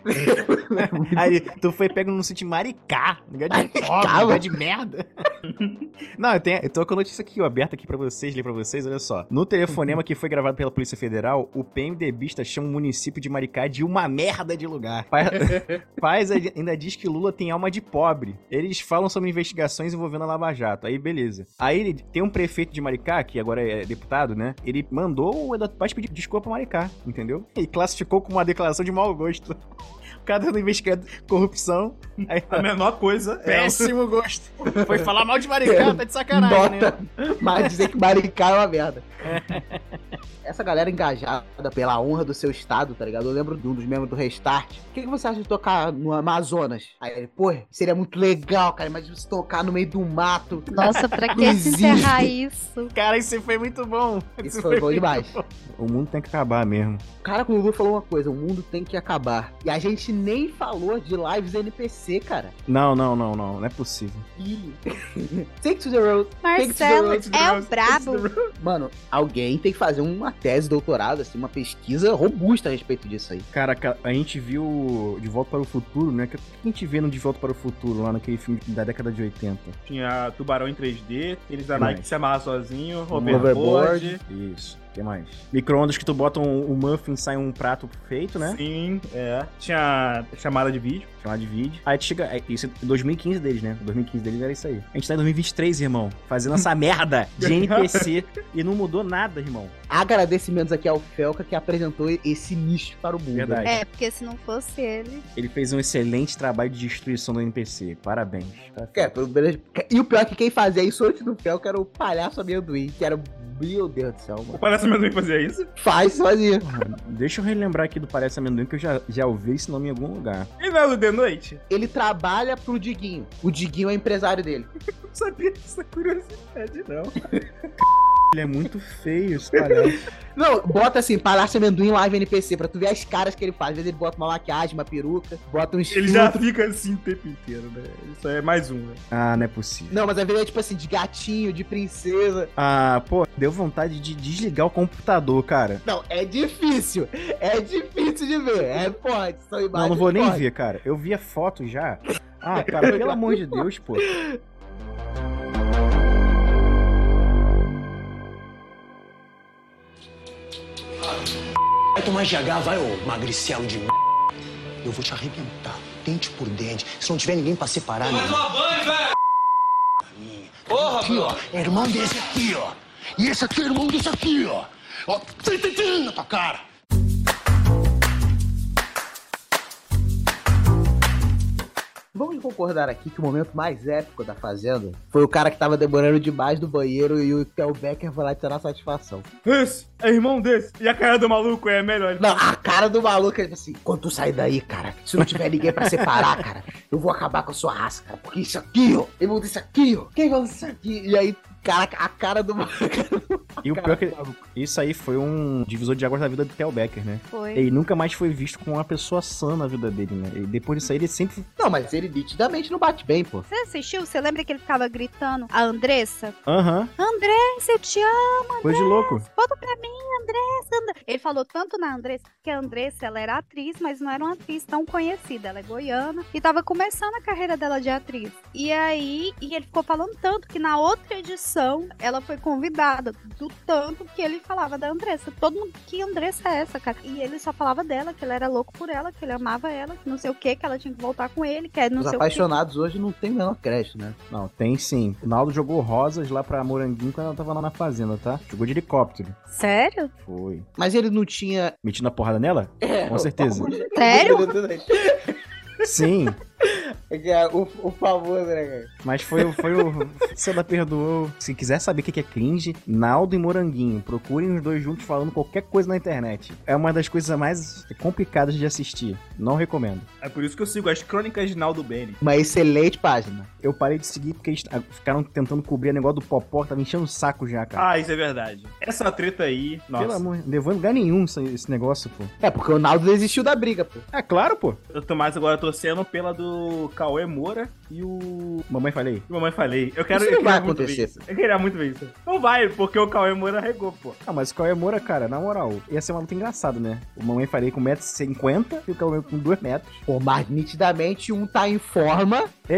Aí, tu foi pego num sítio Maricá. Lugar de Maricá, pobre, lugar mano. de merda. Não, eu, tenho, eu tô com a notícia aqui, ó, aberta aqui pra vocês, li pra vocês, olha só. No telefonema que foi gravado pela Polícia Federal, o PMDBista chama o município de Maricá de uma merda de lugar. Pa- Paz ai- ainda diz que Lula tem alma de pobre. Eles falam sobre investigações envolvendo a Lava Jato. Aí, beleza. Aí ele tem um prefeito de Maricá, que agora é deputado, né? Ele mandou o Eduardo Paz pedir desculpa pra Maricá, entendeu? E classificou como uma declaração de mau gosto. O cara tá investigando corrupção. Aí, A menor coisa é. péssimo gosto. um Foi falar mal de Maricá, tá de sacanagem, né? Nota. Mas dizer que Maricá é uma merda. Essa galera engajada pela honra do seu estado, tá ligado? Eu lembro de um dos membros do Restart. O que, que você acha de tocar no Amazonas? Aí ele, pô, seria muito legal, cara. Imagina você tocar no meio do mato. Nossa, pra que se Existe. encerrar isso? Cara, isso foi muito bom. Isso foi bom demais. O mundo tem que acabar mesmo. O cara com o Lulu falou uma coisa: o mundo tem que acabar. E a gente nem falou de lives NPC, cara. Não, não, não, não. Não é possível. Ih. Take to the road. Marcelo Take to the é o brabo. Mano, alguém tem que fazer uma tese, doutorado, assim, uma pesquisa robusta a respeito disso aí. Cara, ca- a gente viu De Volta para o Futuro, né? O que a gente vê no De Volta para o Futuro, lá naquele filme da década de 80? Tinha tubarão em 3D, eles da Que Nike mais? se amarra Um sozinho, Overboard. overboard. Isso. O que mais? Micro-ondas que tu bota um, um muffin e sai um prato feito, né? Sim, é. Tinha chamada de vídeo. Chamar de vídeo. Aí a gente chega. é, Isso é 2015 deles, né? 2015 deles era isso aí. A gente tá em 2023, irmão. Fazendo essa merda de NPC. e não mudou nada, irmão. Agradecimentos aqui ao Felca que apresentou esse nicho para o mundo. Verdade. É, porque se não fosse ele. Ele fez um excelente trabalho de destruição do NPC. Parabéns. É, pelo menos- E o pior é que quem fazia isso antes do Felca era o palhaço amendoim, que era. Meu Deus do céu, O mano. palhaço mesmo que fazia isso. Faz sozinho. Deixa eu relembrar aqui do Parece Amendoim, que eu já, já ouvi esse nome em algum lugar. E não é o de noite? Ele trabalha pro Diguinho. O Diguinho é empresário dele. Não sabia dessa curiosidade, não. Ele é muito feio, esse palhaço. Não, bota assim, Palhaço Amendoim Live NPC, pra tu ver as caras que ele faz. Às vezes ele bota uma maquiagem, uma peruca, bota um Ele já fica assim o tempo inteiro, né? Isso aí é mais um, né? Ah, não é possível. Não, mas às vezes é tipo assim, de gatinho, de princesa. Ah, pô, deu vontade de desligar o computador, cara. Não, é difícil. É difícil de ver. É forte, são imagens. Não, não vou nem fortes. ver, cara. Eu vi a foto já. Ah, cara, pelo amor de Deus, pô. Vai tomar GH, vai, ô magricelo de m. Eu vou te arrebentar, dente por dente. Se não tiver ninguém pra separar, meu irmão. Porra, Aqui, ó. É irmão desse aqui, ó. E esse aqui é irmão desse aqui, ó. Ó, tem, tem, tem na tua cara. Vamos concordar aqui que o momento mais épico da Fazenda foi o cara que tava demorando demais no banheiro e o Theo Becker foi lá tirar satisfação. Esse é irmão desse. E a cara do maluco é melhor. Não, a cara do maluco, ele falou assim, quando tu sair daí, cara, se não tiver ninguém pra separar, cara, eu vou acabar com a sua raça, cara, porque isso aqui, ó, eu vou isso aqui, ó, quem vai isso aqui? E aí, cara, a cara do maluco... E o pior que isso aí foi um divisor de águas da vida do Theo Becker, né? Foi. Ele nunca mais foi visto como uma pessoa sã na vida dele, né? E depois disso aí ele sempre. Não, mas ele nitidamente não bate bem, pô. Você assistiu? Você lembra que ele ficava gritando a Andressa? Aham, Andressa, eu te amo, coisa de louco. volta pra mim, Andressa. André- Ele falou tanto na Andressa, que a Andressa, ela era atriz, mas não era uma atriz tão conhecida. Ela é goiana e tava começando a carreira dela de atriz. E aí, e ele ficou falando tanto que na outra edição, ela foi convidada do tanto que ele falava da Andressa. Todo mundo, que Andressa é essa, cara? E ele só falava dela, que ele era louco por ela, que ele amava ela, que não sei o que, que ela tinha que voltar com ele, que é não Os sei o que. apaixonados hoje não tem o menor crédito, né? Não, tem sim. O Naldo jogou rosas lá pra Moranguinho quando ela tava lá na fazenda, tá? Jogou de helicóptero. Sério? Foi. Mas ele não tinha... Metindo a porrada nela? É, Com certeza. Sério? Sim. É, o, o famoso, né, cara? Mas foi, o- foi o. Se ela perdoou. Se quiser saber o que que é cringe, Naldo e Moranguinho. Procurem os dois juntos falando qualquer coisa na internet. É uma das coisas mais complicadas de assistir. Não recomendo. É por isso que eu sigo as crônicas de Naldo Bene. Uma excelente página. Eu parei de seguir porque eles ah, ficaram tentando cobrir o negócio do Popó, que tava enchendo o saco já, cara. Ah, isso é verdade. Essa treta aí, Ah, nossa. Tá. Pelo amor, não levou em lugar nenhum isso- esse negócio, pô. É, porque o Naldo desistiu da briga, pô. É claro, pô. Eu tô mais agora torcendo pela do Cauê Moura e o. Mamãe falei. e Mamãe falei. Eu quero. Isso eu não queria vai muito ver acontecer. isso. Eu queria muito ver isso. Não vai, porque o Cauê Moura regou, pô. Ah, mas o Cauê Moura, cara, na moral, ia ser uma luta engraçada, né? O Mamãe falei com 1,50m e o Cauê com 2 metros. Pô, mas nitidamente um tá em forma É,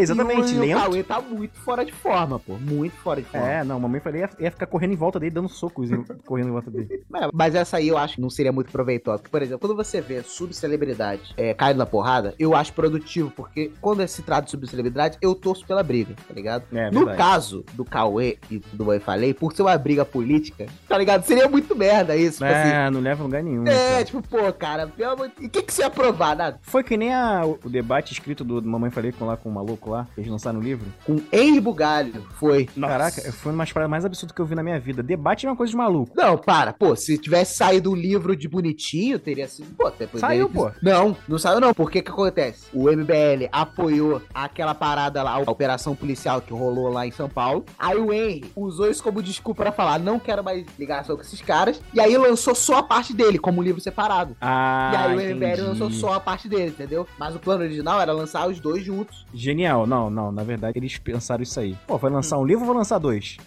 e o, exatamente, e o lento. Cauê tá muito fora de forma, pô. Muito fora de forma. É, não, mamãe falei ia, ia ficar correndo em volta dele, dando socos em- correndo em volta dele. É, mas essa aí eu acho que não seria muito proveitosa. Porque, por exemplo, quando você vê subcelebridade é, caindo na porrada, eu acho produtivo, porque quando se trata de subcelebridade, eu torço pela briga, tá ligado? É, no verdade. caso do Cauê e do Mãe Falei, por ser uma briga política, tá ligado? Seria muito merda isso, tipo assim. É, não leva a lugar nenhum. né, É, cara? tipo, pô, cara, pelo amor de... E o que, que você ia aprovar? Nada? Foi que nem a- o debate escrito do, do Mamãe Falei com, lá, com o maluco lá, que eles lançaram no livro. Com ex-bugalho, foi. Nossa. Caraca, foi uma das paradas mais absurdas que eu vi na minha vida. Debate é uma coisa de maluco. Não, para, pô, se tivesse saído um livro de bonitinho, teria sido. Pô, depois Saiu, daí- Não, não saiu, não. Por que que acontece? O MBL apoiou aquela parada lá, a operação policial que rolou lá em São Paulo. Aí o Henry usou isso como desculpa pra falar, não quero mais ligação com esses caras. E aí lançou só a parte dele, como um livro separado. Ah, E aí o entendi. MBL lançou só a parte dele, entendeu? Mas o plano original era lançar os dois juntos. Genial. Não, não, na verdade eles pensaram isso aí. Pô, vai lançar Hum. um livro ou vou lançar dois?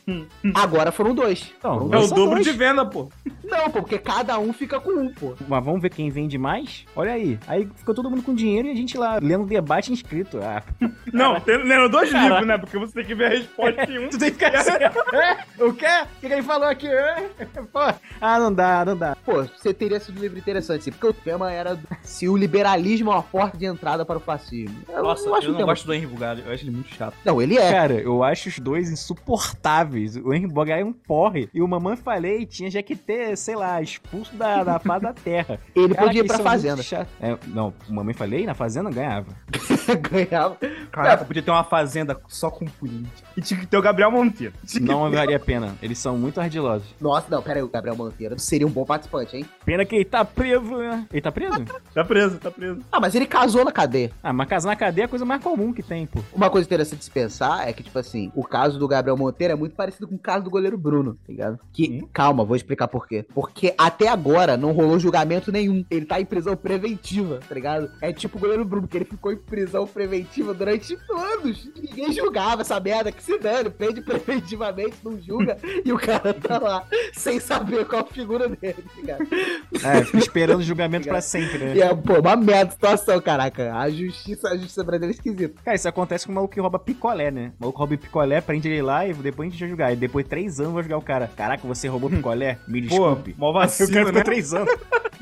Agora foram dois. Não, Foram É o dois. dobro de venda, pô. Não, pô, porque cada um fica com um, pô. Mas vamos ver quem vende mais? Olha aí. Aí ficou todo mundo com dinheiro e a gente lá lendo debate inscrito. Ah, Não, tem, lendo dois Caraca. livros, né? Porque você tem que ver a resposta em um. tu tem que ficar assim. ó. É? O quê? O que, que ele falou aqui? É? Pô. Ah, não dá, não dá. Pô, você teria sido um livro interessante, assim, porque o tema era se o liberalismo é uma porta de entrada para o fascismo. Eu não acho um tema. do Henry Bugalho. Eu acho ele muito chato. Não, ele é. Cara, eu acho os dois insuportáveis. O Henry Bogai é um porre. E o Mamãe Falei tinha já que ter é, sei lá, expulso da, da paz da terra. Ele Cara, podia ir isso pra é muito fazenda. chato. É, não, mamãe falei, na fazenda ganhava. Ganhava. Caraca, podia ter uma fazenda só com político. E tinha que ter o Gabriel Monteiro. Não valia a pena. Eles são muito ardilosos. Nossa, não, pera aí, o Gabriel Monteiro seria um bom participante, hein? Pena que ele tá preso, né? Ele tá preso? Tá preso, tá preso. Ah, mas ele casou na cadeia. Ah, mas casar na cadeia é a coisa mais comum que tem, pô. Uma coisa interessante de se pensar é que, tipo assim, o caso do Gabriel Monteiro é muito parecido com o caso do goleiro Bruno, tá ligado? Que, calma, vou explicar por quê. Porque até agora não rolou julgamento nenhum. Ele tá em prisão preventiva, tá ligado? É tipo o goleiro Bruno, que ele ficou em prisão preventiva durante anos. Ninguém julgava essa merda, que se dane, prende preventivamente, não julga, e o cara tá lá, sem saber qual a figura dele, tá ligado? É, fica esperando o julgamento pra sempre, E né? é, pô, uma merda a situação, caraca. A justiça, a justiça brasileira é esquisita. Cara, isso acontece com o maluco que rouba picolé, né? O maluco rouba picolé, prende ele lá e depois a gente vai julgar. E depois de três anos vai julgar o cara. Caraca, você roubou picolé? Me desculpe. mó o cara vacilo, ficou né? três anos.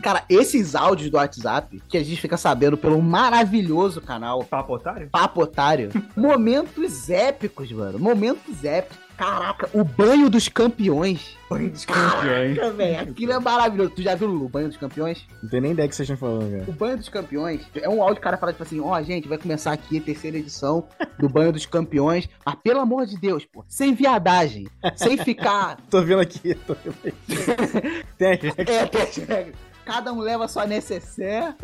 Cara, esses áudios do WhatsApp, que a gente fica sabendo pelo maravilhoso canal Papo otário? Papo Otário, momentos épicos, mano. Momentos épicos. Caraca, o banho dos campeões. Banho dos campeões. Cara, velho, Aquilo é maravilhoso. Tu já viu o banho dos campeões? Não tem nem ideia do que vocês estão falando, cara. O banho dos campeões é um áudio que o cara fala tipo assim: ó, gente, vai começar aqui a terceira edição do banho dos campeões. Mas pelo amor de Deus, pô, sem viadagem, sem ficar Tô vendo aqui, tô vendo aqui. Tem a É, tem as regras. Cada um leva sua necessaire,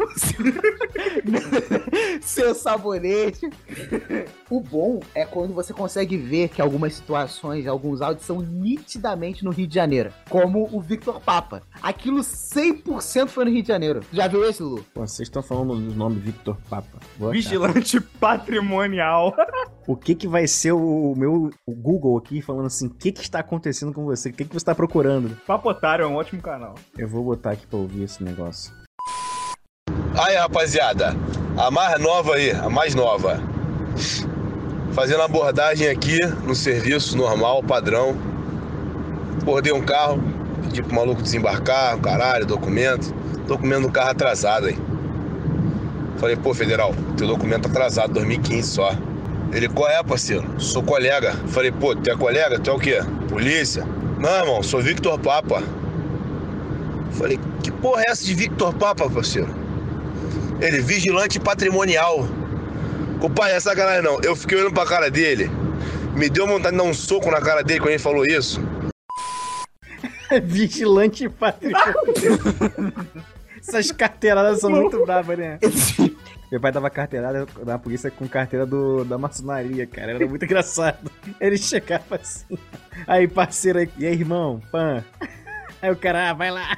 seu sabonete. O bom é quando você consegue ver que algumas situações, alguns áudios são nitidamente no Rio de Janeiro. Como o Victor Papa. Aquilo 100% foi no Rio de Janeiro. Já viu esse, Lu? Pô, vocês estão falando do nome Victor Papa. Vou achar. Vigilante patrimonial. O que que vai ser o meu o Google aqui falando assim, o que que está acontecendo com você? O que que você está procurando? Papo otário é um ótimo canal. Eu vou botar aqui pra ouvir esse negócio. Aí, rapaziada, a mais nova aí, a mais nova. Fazendo abordagem aqui no serviço normal, padrão. Abordei um carro, pedi pro maluco desembarcar, o caralho, documento. Documento do carro atrasado aí. Falei, pô, federal, teu documento atrasado, 2015 só. Ele, qual é, parceiro? Sou colega. Falei, pô, tu é colega? Tu é o quê? Polícia? Não, irmão, sou Victor Papa. Falei, que porra é essa de Victor Papa, parceiro? Ele, vigilante patrimonial. Compadre, é sacanagem não. Eu fiquei olhando pra cara dele. Me deu vontade de dar um soco na cara dele quando ele falou isso. Vigilante patrimonial. Essas carteiradas são muito bravas, né? Meu pai dava carteirada da polícia com carteira do, da maçonaria, cara. Era muito engraçado. Ele chegava assim. Aí, parceiro, aí, e aí, irmão? Pã. Aí o cara, ah, vai lá.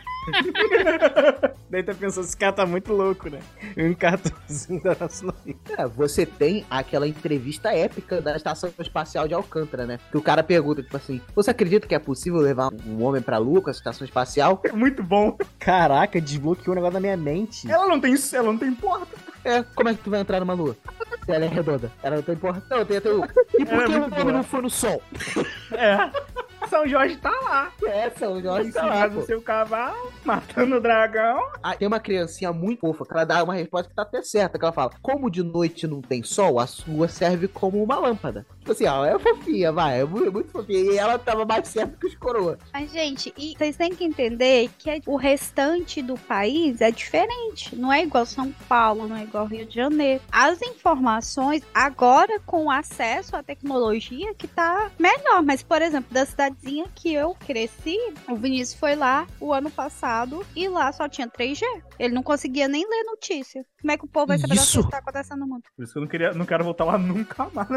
Daí tá pensando, esse cara tá muito louco, né? E um cartãozinho da maçonaria. Cara, É, você tem aquela entrevista épica da Estação Espacial de Alcântara, né? Que o cara pergunta, tipo assim, você acredita que é possível levar um homem pra Lua com a Estação Espacial? É muito bom. Caraca, desbloqueou o negócio da minha mente. Ela não tem, ela não tem porta. É, como é que tu vai entrar numa lua? Se ela é redonda. Ela não tem porra. Não, tem até o. E por Ela é que o muito homem boa. não foi no sol? É. São Jorge tá lá. é Essa, o Jorge tá lá, Ensinando pô. o seu cavalo, matando o dragão. Ah, Tem uma criancinha muito fofa que ela dá uma resposta que tá até certa. Que ela fala: Como de noite não tem sol, a sua serve como uma lâmpada. Tipo assim, ó, é fofinha, vai. É mu- muito, fofinha. E ela tava mais certa que os coroas. Mas, gente, e vocês têm que entender que é, o restante do país é diferente. Não é igual São Paulo, não é igual Rio de Janeiro. As informações, agora com o acesso à tecnologia, que tá melhor. Mas, por exemplo, da cidadezinha que eu cresci, o Vinícius foi lá o ano passado e lá só tinha 3G. Ele não conseguia nem ler notícia. Como é que o povo vai saber das Isso. coisas que tá acontecendo no mundo? Por isso que eu não, queria, não quero voltar lá nunca mais.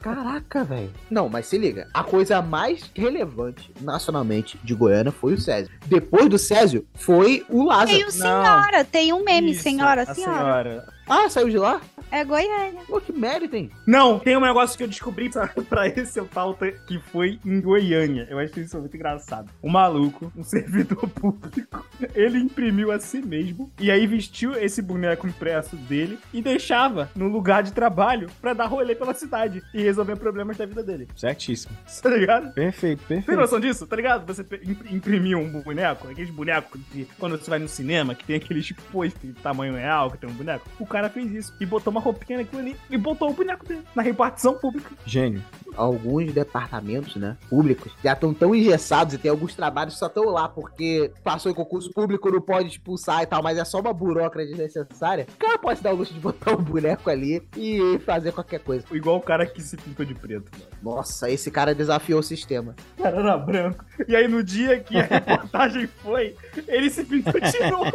Caraca, velho. Não, mas se liga. A coisa mais relevante nacionalmente de Goiânia foi o Césio. Depois do Césio, foi o Lázaro. Tem o senhora, tem um meme, Isso, senhora, a senhora. Ah, saiu de lá? É Goiânia. Pô, que mérito, hein? Não, tem um negócio que eu descobri pra, pra esse pauta que foi em Goiânia. Eu acho isso muito engraçado. Um maluco, um servidor público, ele imprimiu a si mesmo e aí vestiu esse boneco impresso dele e deixava no lugar de trabalho pra dar rolê pela cidade e resolver problemas da vida dele. Certíssimo. Tá ligado? Perfeito, Tem perfeito. noção disso? Tá ligado? Você pe- imp- imprimiu um boneco, aqueles bonecos de quando você vai no cinema, que tem aqueles pôster de tamanho real, que tem um boneco. O cara fez isso e botou uma roupinha naquilo ali e botou o boneco dele na repartição pública. Gênio. alguns departamentos, né, públicos, já estão tão engessados e tem alguns trabalhos que só estão lá porque passou em concurso público, não pode expulsar e tal, mas é só uma burocracia desnecessária. O cara pode se dar o luxo de botar um boneco ali e fazer qualquer coisa. Igual o cara que se pintou de preto. Nossa, esse cara desafiou o sistema. O cara era branco. E aí no dia que a reportagem foi, ele se pintou de novo.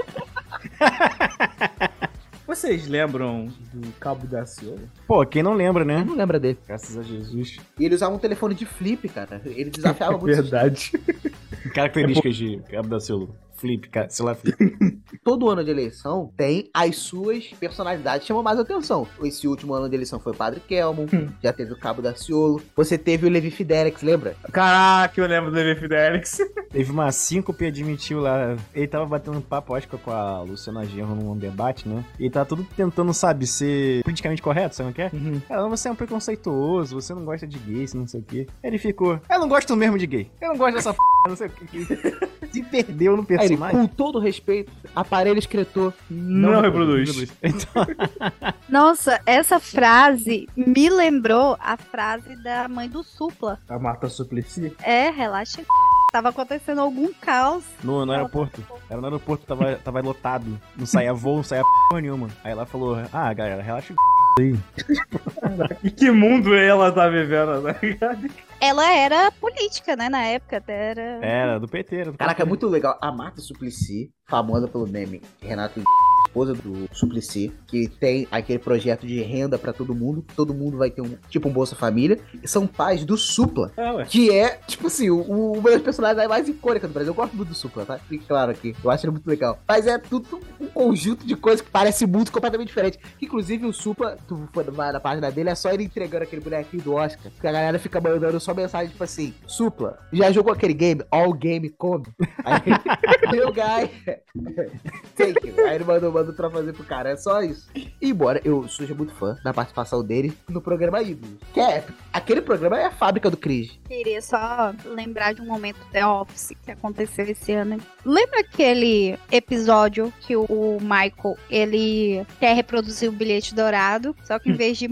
Vocês lembram do Cabo da Ciolo? Pô, quem não lembra, né? Não lembra dele. Graças a Jesus. E ele usava um telefone de flip, cara. Ele desafiava muito. o sistema. Verdade. Características de Cabo da Ciolo. Flip, cara, sei lá, flip. todo ano de eleição tem as suas personalidades que chamam mais atenção. Esse último ano de eleição foi o Padre Kelmo, já teve o Cabo Daciolo, você teve o Levi Fidelix, lembra? Caraca, eu lembro do Levi Fidelix. Teve uma síncope, admitiu lá. Ele tava batendo um papo, acho que com a Luciana Genro num debate, né? E ele tava tudo tentando, sabe, ser politicamente correto, sabe o que é? Uhum. Ela, você é um preconceituoso, você não gosta de gay, você não sei o quê. Ele ficou, eu não gosto mesmo de gay. Eu não gosto dessa p, não sei o quê. Se perdeu no Aí ele, personagem. com todo respeito, aparelho escritor. Não, reproduz. Então, Nossa, essa frase me lembrou a frase da mãe do Supla. A Marta Suplicy? É, relaxa. c****. Tava acontecendo algum caos. no, no aeroporto. Era no aeroporto, tava, tava lotado. Não saía voo, não saía porra nenhuma. Aí ela falou, ah, galera, relaxa o aí. E que mundo ela tá vivendo, né? Ela era política, né? Na época, até era. Era, do PT, era do Caraca, é muito legal. A Marta Suplicy, famosa pelo meme Renato esposa do Suplicy, que tem aquele projeto de renda pra todo mundo, todo mundo vai ter um, tipo um Bolsa Família, e são pais do Supla, Ah, ué. que é, tipo assim, o- o- uma das personagens mais icônicas do Brasil. Eu gosto muito do Supla, tá? Fique claro aqui. Eu acho ele muito legal. Mas é tudo um conjunto de coisas que parece muito completamente diferente. Inclusive, o Supla, tu for na na página dele, é só ele entregando aquele bonequinho do Oscar, que a galera fica mandando só mensagem, tipo assim, Supla, já jogou aquele game? All Game Come? Aí, meu guy, Take it. Aí ele mandou, mandou pra fazer pro cara. É só isso. E embora eu seja muito fã da participação dele no programa Ídolos. Que é, aquele programa é a fábrica do Cris. Queria só lembrar de um momento The Office que aconteceu esse ano. Lembra aquele episódio que o- o Michael ele quer reproduzir o bilhete dourado, só que em vez de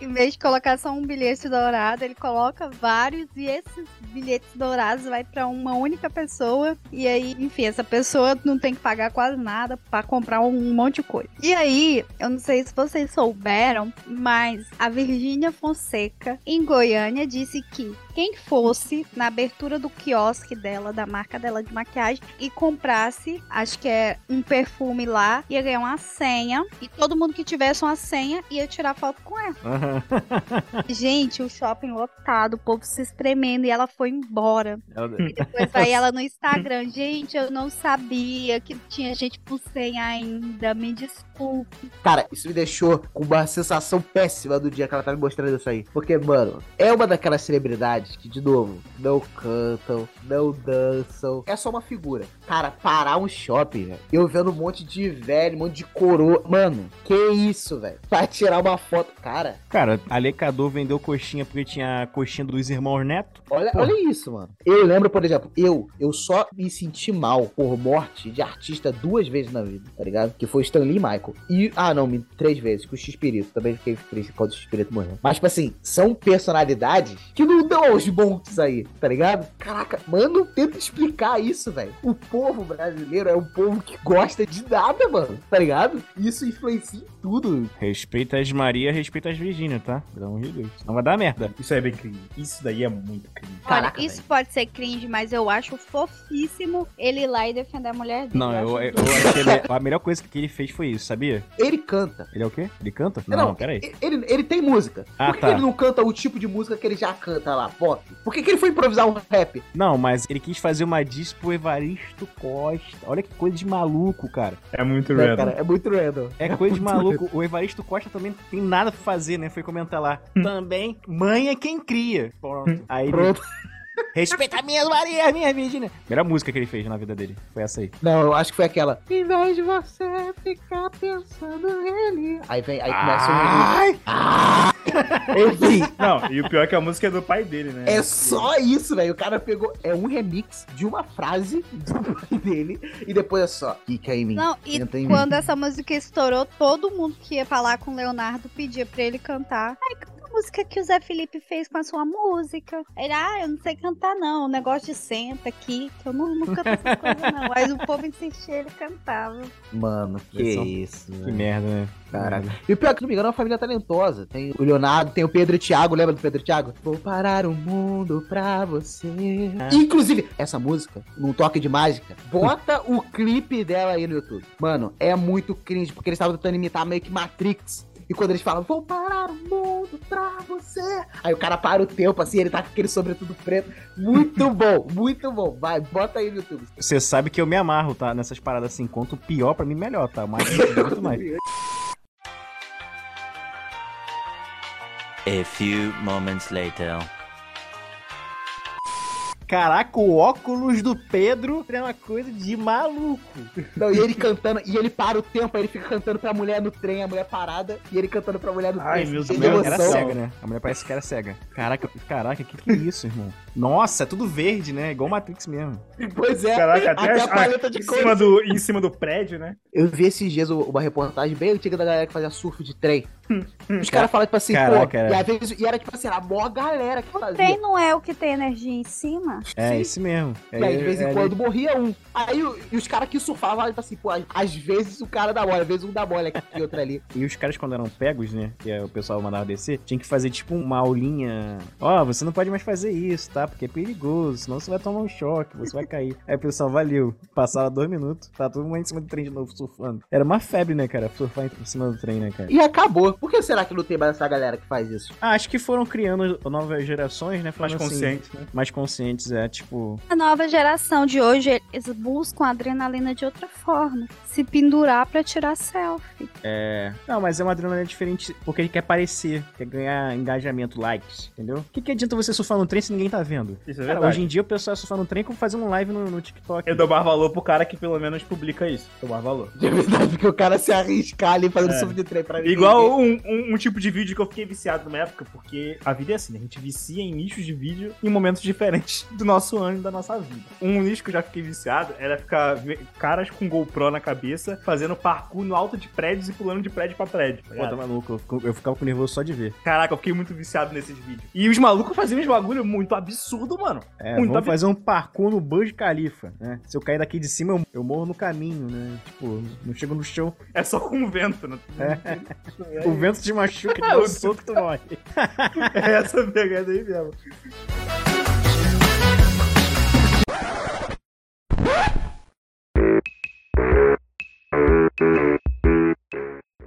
em vez de colocar só um bilhete dourado, ele coloca vários e esses bilhetes dourados vai pra uma única pessoa e aí, enfim, essa pessoa não tem que pagar quase nada pra comprar um monte de coisa. E aí, eu não sei se vocês souberam, mas a Virgínia Fonseca em Goiânia disse que quem fosse na abertura do quiosque dela, da marca dela de maquiagem, e comprasse, acho que é um perfume lá, ia ganhar uma senha. E todo mundo que tivesse uma senha ia tirar foto com ela. Aham. Gente, o shopping lotado, o povo se espremendo e ela foi embora. Ela- Depois vai ela no Instagram. Gente, eu não sabia que tinha gente por senha ainda. Me desculpe. Cara, isso me deixou com uma sensação péssima do dia que ela tá me mostrando isso aí. Porque, mano, é uma daquelas celebridades que, de novo, não cantam, não dançam. É só uma figura. Cara, parar um shopping, velho. Eu vendo um monte de velho, um monte de coroa. Mano, que isso, velho? Pra tirar uma foto. Cara, Cara, Alecador vendeu coxinha porque tinha a coxinha dos irmãos Neto. Olha, Pô. olha isso, mano. Eu lembro, por exemplo, eu, eu só me senti mal por morte de artista duas vezes na vida, tá ligado? Que foi Stanley e Michael. E, ah, não, me- três vezes, com o X-Espírito. Também fiquei triste quando o X-Espírito morreu. Mas, tipo assim, são personalidades que não dão aos bons aí, tá ligado? Caraca, mano, tenta explicar isso, velho. O povo brasileiro é um povo que gosta de nada, mano, tá ligado? Isso influencia em tudo. Respeita as Maria, respeita as Virgínia, tá? Pelo amor de Deus. Não vai dar merda. Isso aí é bem cringe. Isso daí é muito cringe. Caraca, Olha, isso pode ser cringe, mas eu acho fofíssimo ele ir lá e defender a mulher dele. Não, eu, eu, acho eu acho que ele- a melhor coisa que ele fez foi isso, sabia? Ele canta. Ele é o quê? Ele canta? Não, Não, não, peraí. E- Ele, ele tem música. Ah, Por que, tá. que ele não canta o tipo de música que ele já canta lá, pop? Por que, que ele foi improvisar um rap? Não, mas ele quis fazer uma diss pro Evaristo Costa. Olha que coisa de maluco, cara. É muito Né, cara? random. É muito random. É coisa de muito maluco. O Evaristo Costa também não tem nada pra fazer, né? Foi comentar lá. Também, mãe é quem cria. Pronto. Aí ele, Hum. Pronto. respeita minhas Maria, minha Virgínia. Melhor música que ele fez na vida dele. Foi essa aí. Não, eu acho que foi aquela. Em vez de você ficar pensando nele. Aí vem, aí começa Ah! Ai! o. Enfim, Não, e o pior é que a música é do pai dele, né? é só isso, velho. O cara pegou. É um remix de uma frase do pai dele. E depois é só. Fica em mim. Não, e Entra em mim. quando essa música estourou, todo mundo que ia falar com o Leonardo pedia pra ele cantar. Ai, canta música que o Zé Felipe fez com a sua música. Ele, ah, eu não sei cantar não, o negócio de senta aqui, que eu não, não canto essa coisa não. Mas o povo insistia, ele cantava. Mano, que Versão- isso. Que velho. merda, né? Caraca. E o pior que, se não me engano, é uma família talentosa. Tem o Leonardo, tem o Pedro e o Thiago. Lembra do Pedro e o Thiago? Vou parar o mundo pra você. Inclusive, essa música, num toque de mágica, bota o clipe dela aí no YouTube. Mano, é muito cringe, porque eles estavam tentando imitar meio que Matrix. E quando eles falam, vou parar o mundo pra você. Aí o cara para o tempo, assim, ele tá com aquele sobretudo preto. Muito bom, muito bom. Vai, bota aí no YouTube. Você sabe que eu me amarro, tá? Nessas paradas assim. Quanto pior, pra mim, melhor, tá? Mais, muito mais. A few moments later. Caraca, o óculos do Pedro é uma coisa de maluco. Não, e ele cantando, e ele para o tempo, aí ele fica cantando pra mulher no trem, a mulher parada, e ele cantando pra mulher no trem. A cheio de mulher era emoção. cega, né? A mulher parece que era cega. Caraca, caraca, que que é isso, irmão? Nossa, é tudo verde, né? Igual Matrix mesmo. Pois é, Caraca, até, até as- a paleta ah, de em cores. cima do Em cima do prédio, né? Eu vi esses dias uma reportagem bem antiga da galera que fazia surf de trem. Os caras falam, tipo assim, pô, Caraca, era. e, às vezes, e era tipo assim, era a maior galera que O fazia. trem não é o que tem energia em cima? É, esse mesmo. É, E aí, de vez em é, né? quando morria um. Aí o- e os caras que surfavam, tipo assim, pô, às- às vezes o cara dá mole, às vezes um dá mole aqui e outro ali. E os caras, quando eram pegos, né? Que o pessoal mandava descer, tinha que fazer tipo uma aulinha. Ó, você não pode mais fazer isso, tá? Porque é perigoso, senão você vai tomar um choque, você vai cair. Aí o pessoal, valeu. Passava dois minutos, tá todo mundo em cima do trem de novo surfando. Era uma febre, né, cara? Surfar em cima do trem, né, cara? E acabou. Por que será que não tem mais essa galera que faz isso? Ah, acho que foram criando novas gerações, né? falando Mais assim, conscientes, né? Mais conscientes, é, tipo. A nova geração de hoje, eles buscam a adrenalina de outra forma. Se pendurar pra tirar selfie. É. Não, mas é uma adrenalina diferente porque ele quer aparecer, quer ganhar engajamento, likes, entendeu? O que, que adianta você surfar no trem se ninguém tá vendo? Isso é Cara, verdade. hoje em dia o pessoal é surfar no trem como fazer um live no, no TikTok. Eu dou mais valor pro cara que pelo menos publica isso. Dou mais valor. De verdade, porque o cara se arriscar ali fazendo É. surf de trem pra mim. Igual um, um- um tipo de vídeo que eu fiquei viciado numa época, porque a vida é assim, né? A gente vicia em nichos de vídeo em momentos diferentes do nosso ano e da nossa vida. Um nicho que eu já fiquei viciado era ficar ve- caras com GoPro na cabeça fazendo parkour no alto de prédios e pulando de prédio pra prédio. tá Pô, tá ligado? maluco, eu, fico- eu ficava com nervoso só de ver. Caraca, eu fiquei muito viciado nesses vídeos. E os malucos faziam uns bagulho muito absurdo, mano. É, muito vamos fazer um parkour no Burj Khalifa, né? Se eu cair daqui de cima, eu, eu morro no caminho, né? Tipo, não chego no chão, É só com o vento, né? o vento te machuca, te É, dá um o- soco, tu morre. É essa pegada aí mesmo.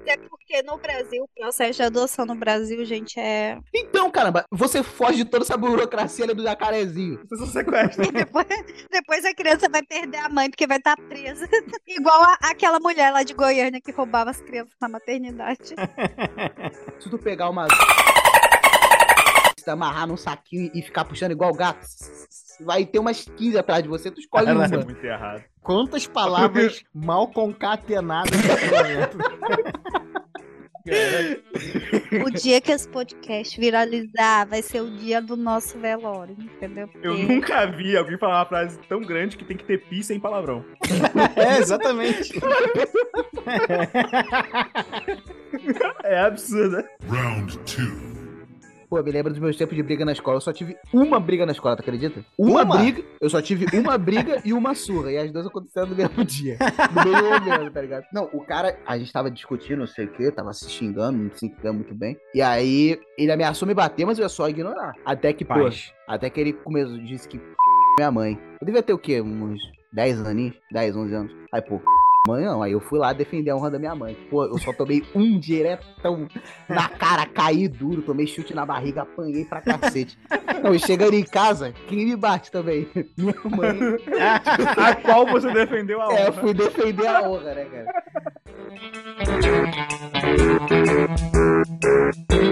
É porque no Brasil, o processo de adoção no Brasil, gente, é. Então, caramba, você foge de toda essa burocracia ali do jacarezinho. Você só sequestra. Depois a criança vai perder a mãe porque vai estar presa. Igual a- aquela mulher lá de Goiânia que roubava as crianças na maternidade. Se tu pegar uma. Se amarrar num saquinho e ficar puxando igual gato, vai ter umas 15 atrás de você, tu escolhe Ela uma. é muito errado. Quantas palavras mal concatenadas nesse momento. O dia que esse podcast viralizar vai ser o dia do nosso velório, entendeu? Eu Porque- nunca vi alguém falar uma frase tão grande que tem que ter pi sem palavrão. É, exatamente. É absurdo. Pô, me lembra dos meus tempos de briga na escola. Eu só tive uma briga na escola, tu acredita? Uma, Uma? briga, eu só tive uma briga e uma surra. E as duas aconteceram no mesmo dia. No mesmo momento, tá ligado? Não, o cara, a gente tava discutindo, não sei o quê, tava se xingando, não se entendendo muito bem. E aí, ele ameaçou me bater, mas eu ia só ignorar. Até que, pô, Paz. até que ele começou, disse que p... minha mãe. Eu devia ter o quê? Uns 10 aninhos? 10, 11 anos. Aí, pô, p... mãe não. Aí eu fui lá defender a honra da minha mãe. Pô, eu só tomei um diretão na cara, caí duro, tomei chute na barriga, apanhei pra cacete. Não, e chegando em casa, quem me bate também? Minha mãe. A qual você defendeu a honra. É, eu fui defender a honra, né, cara?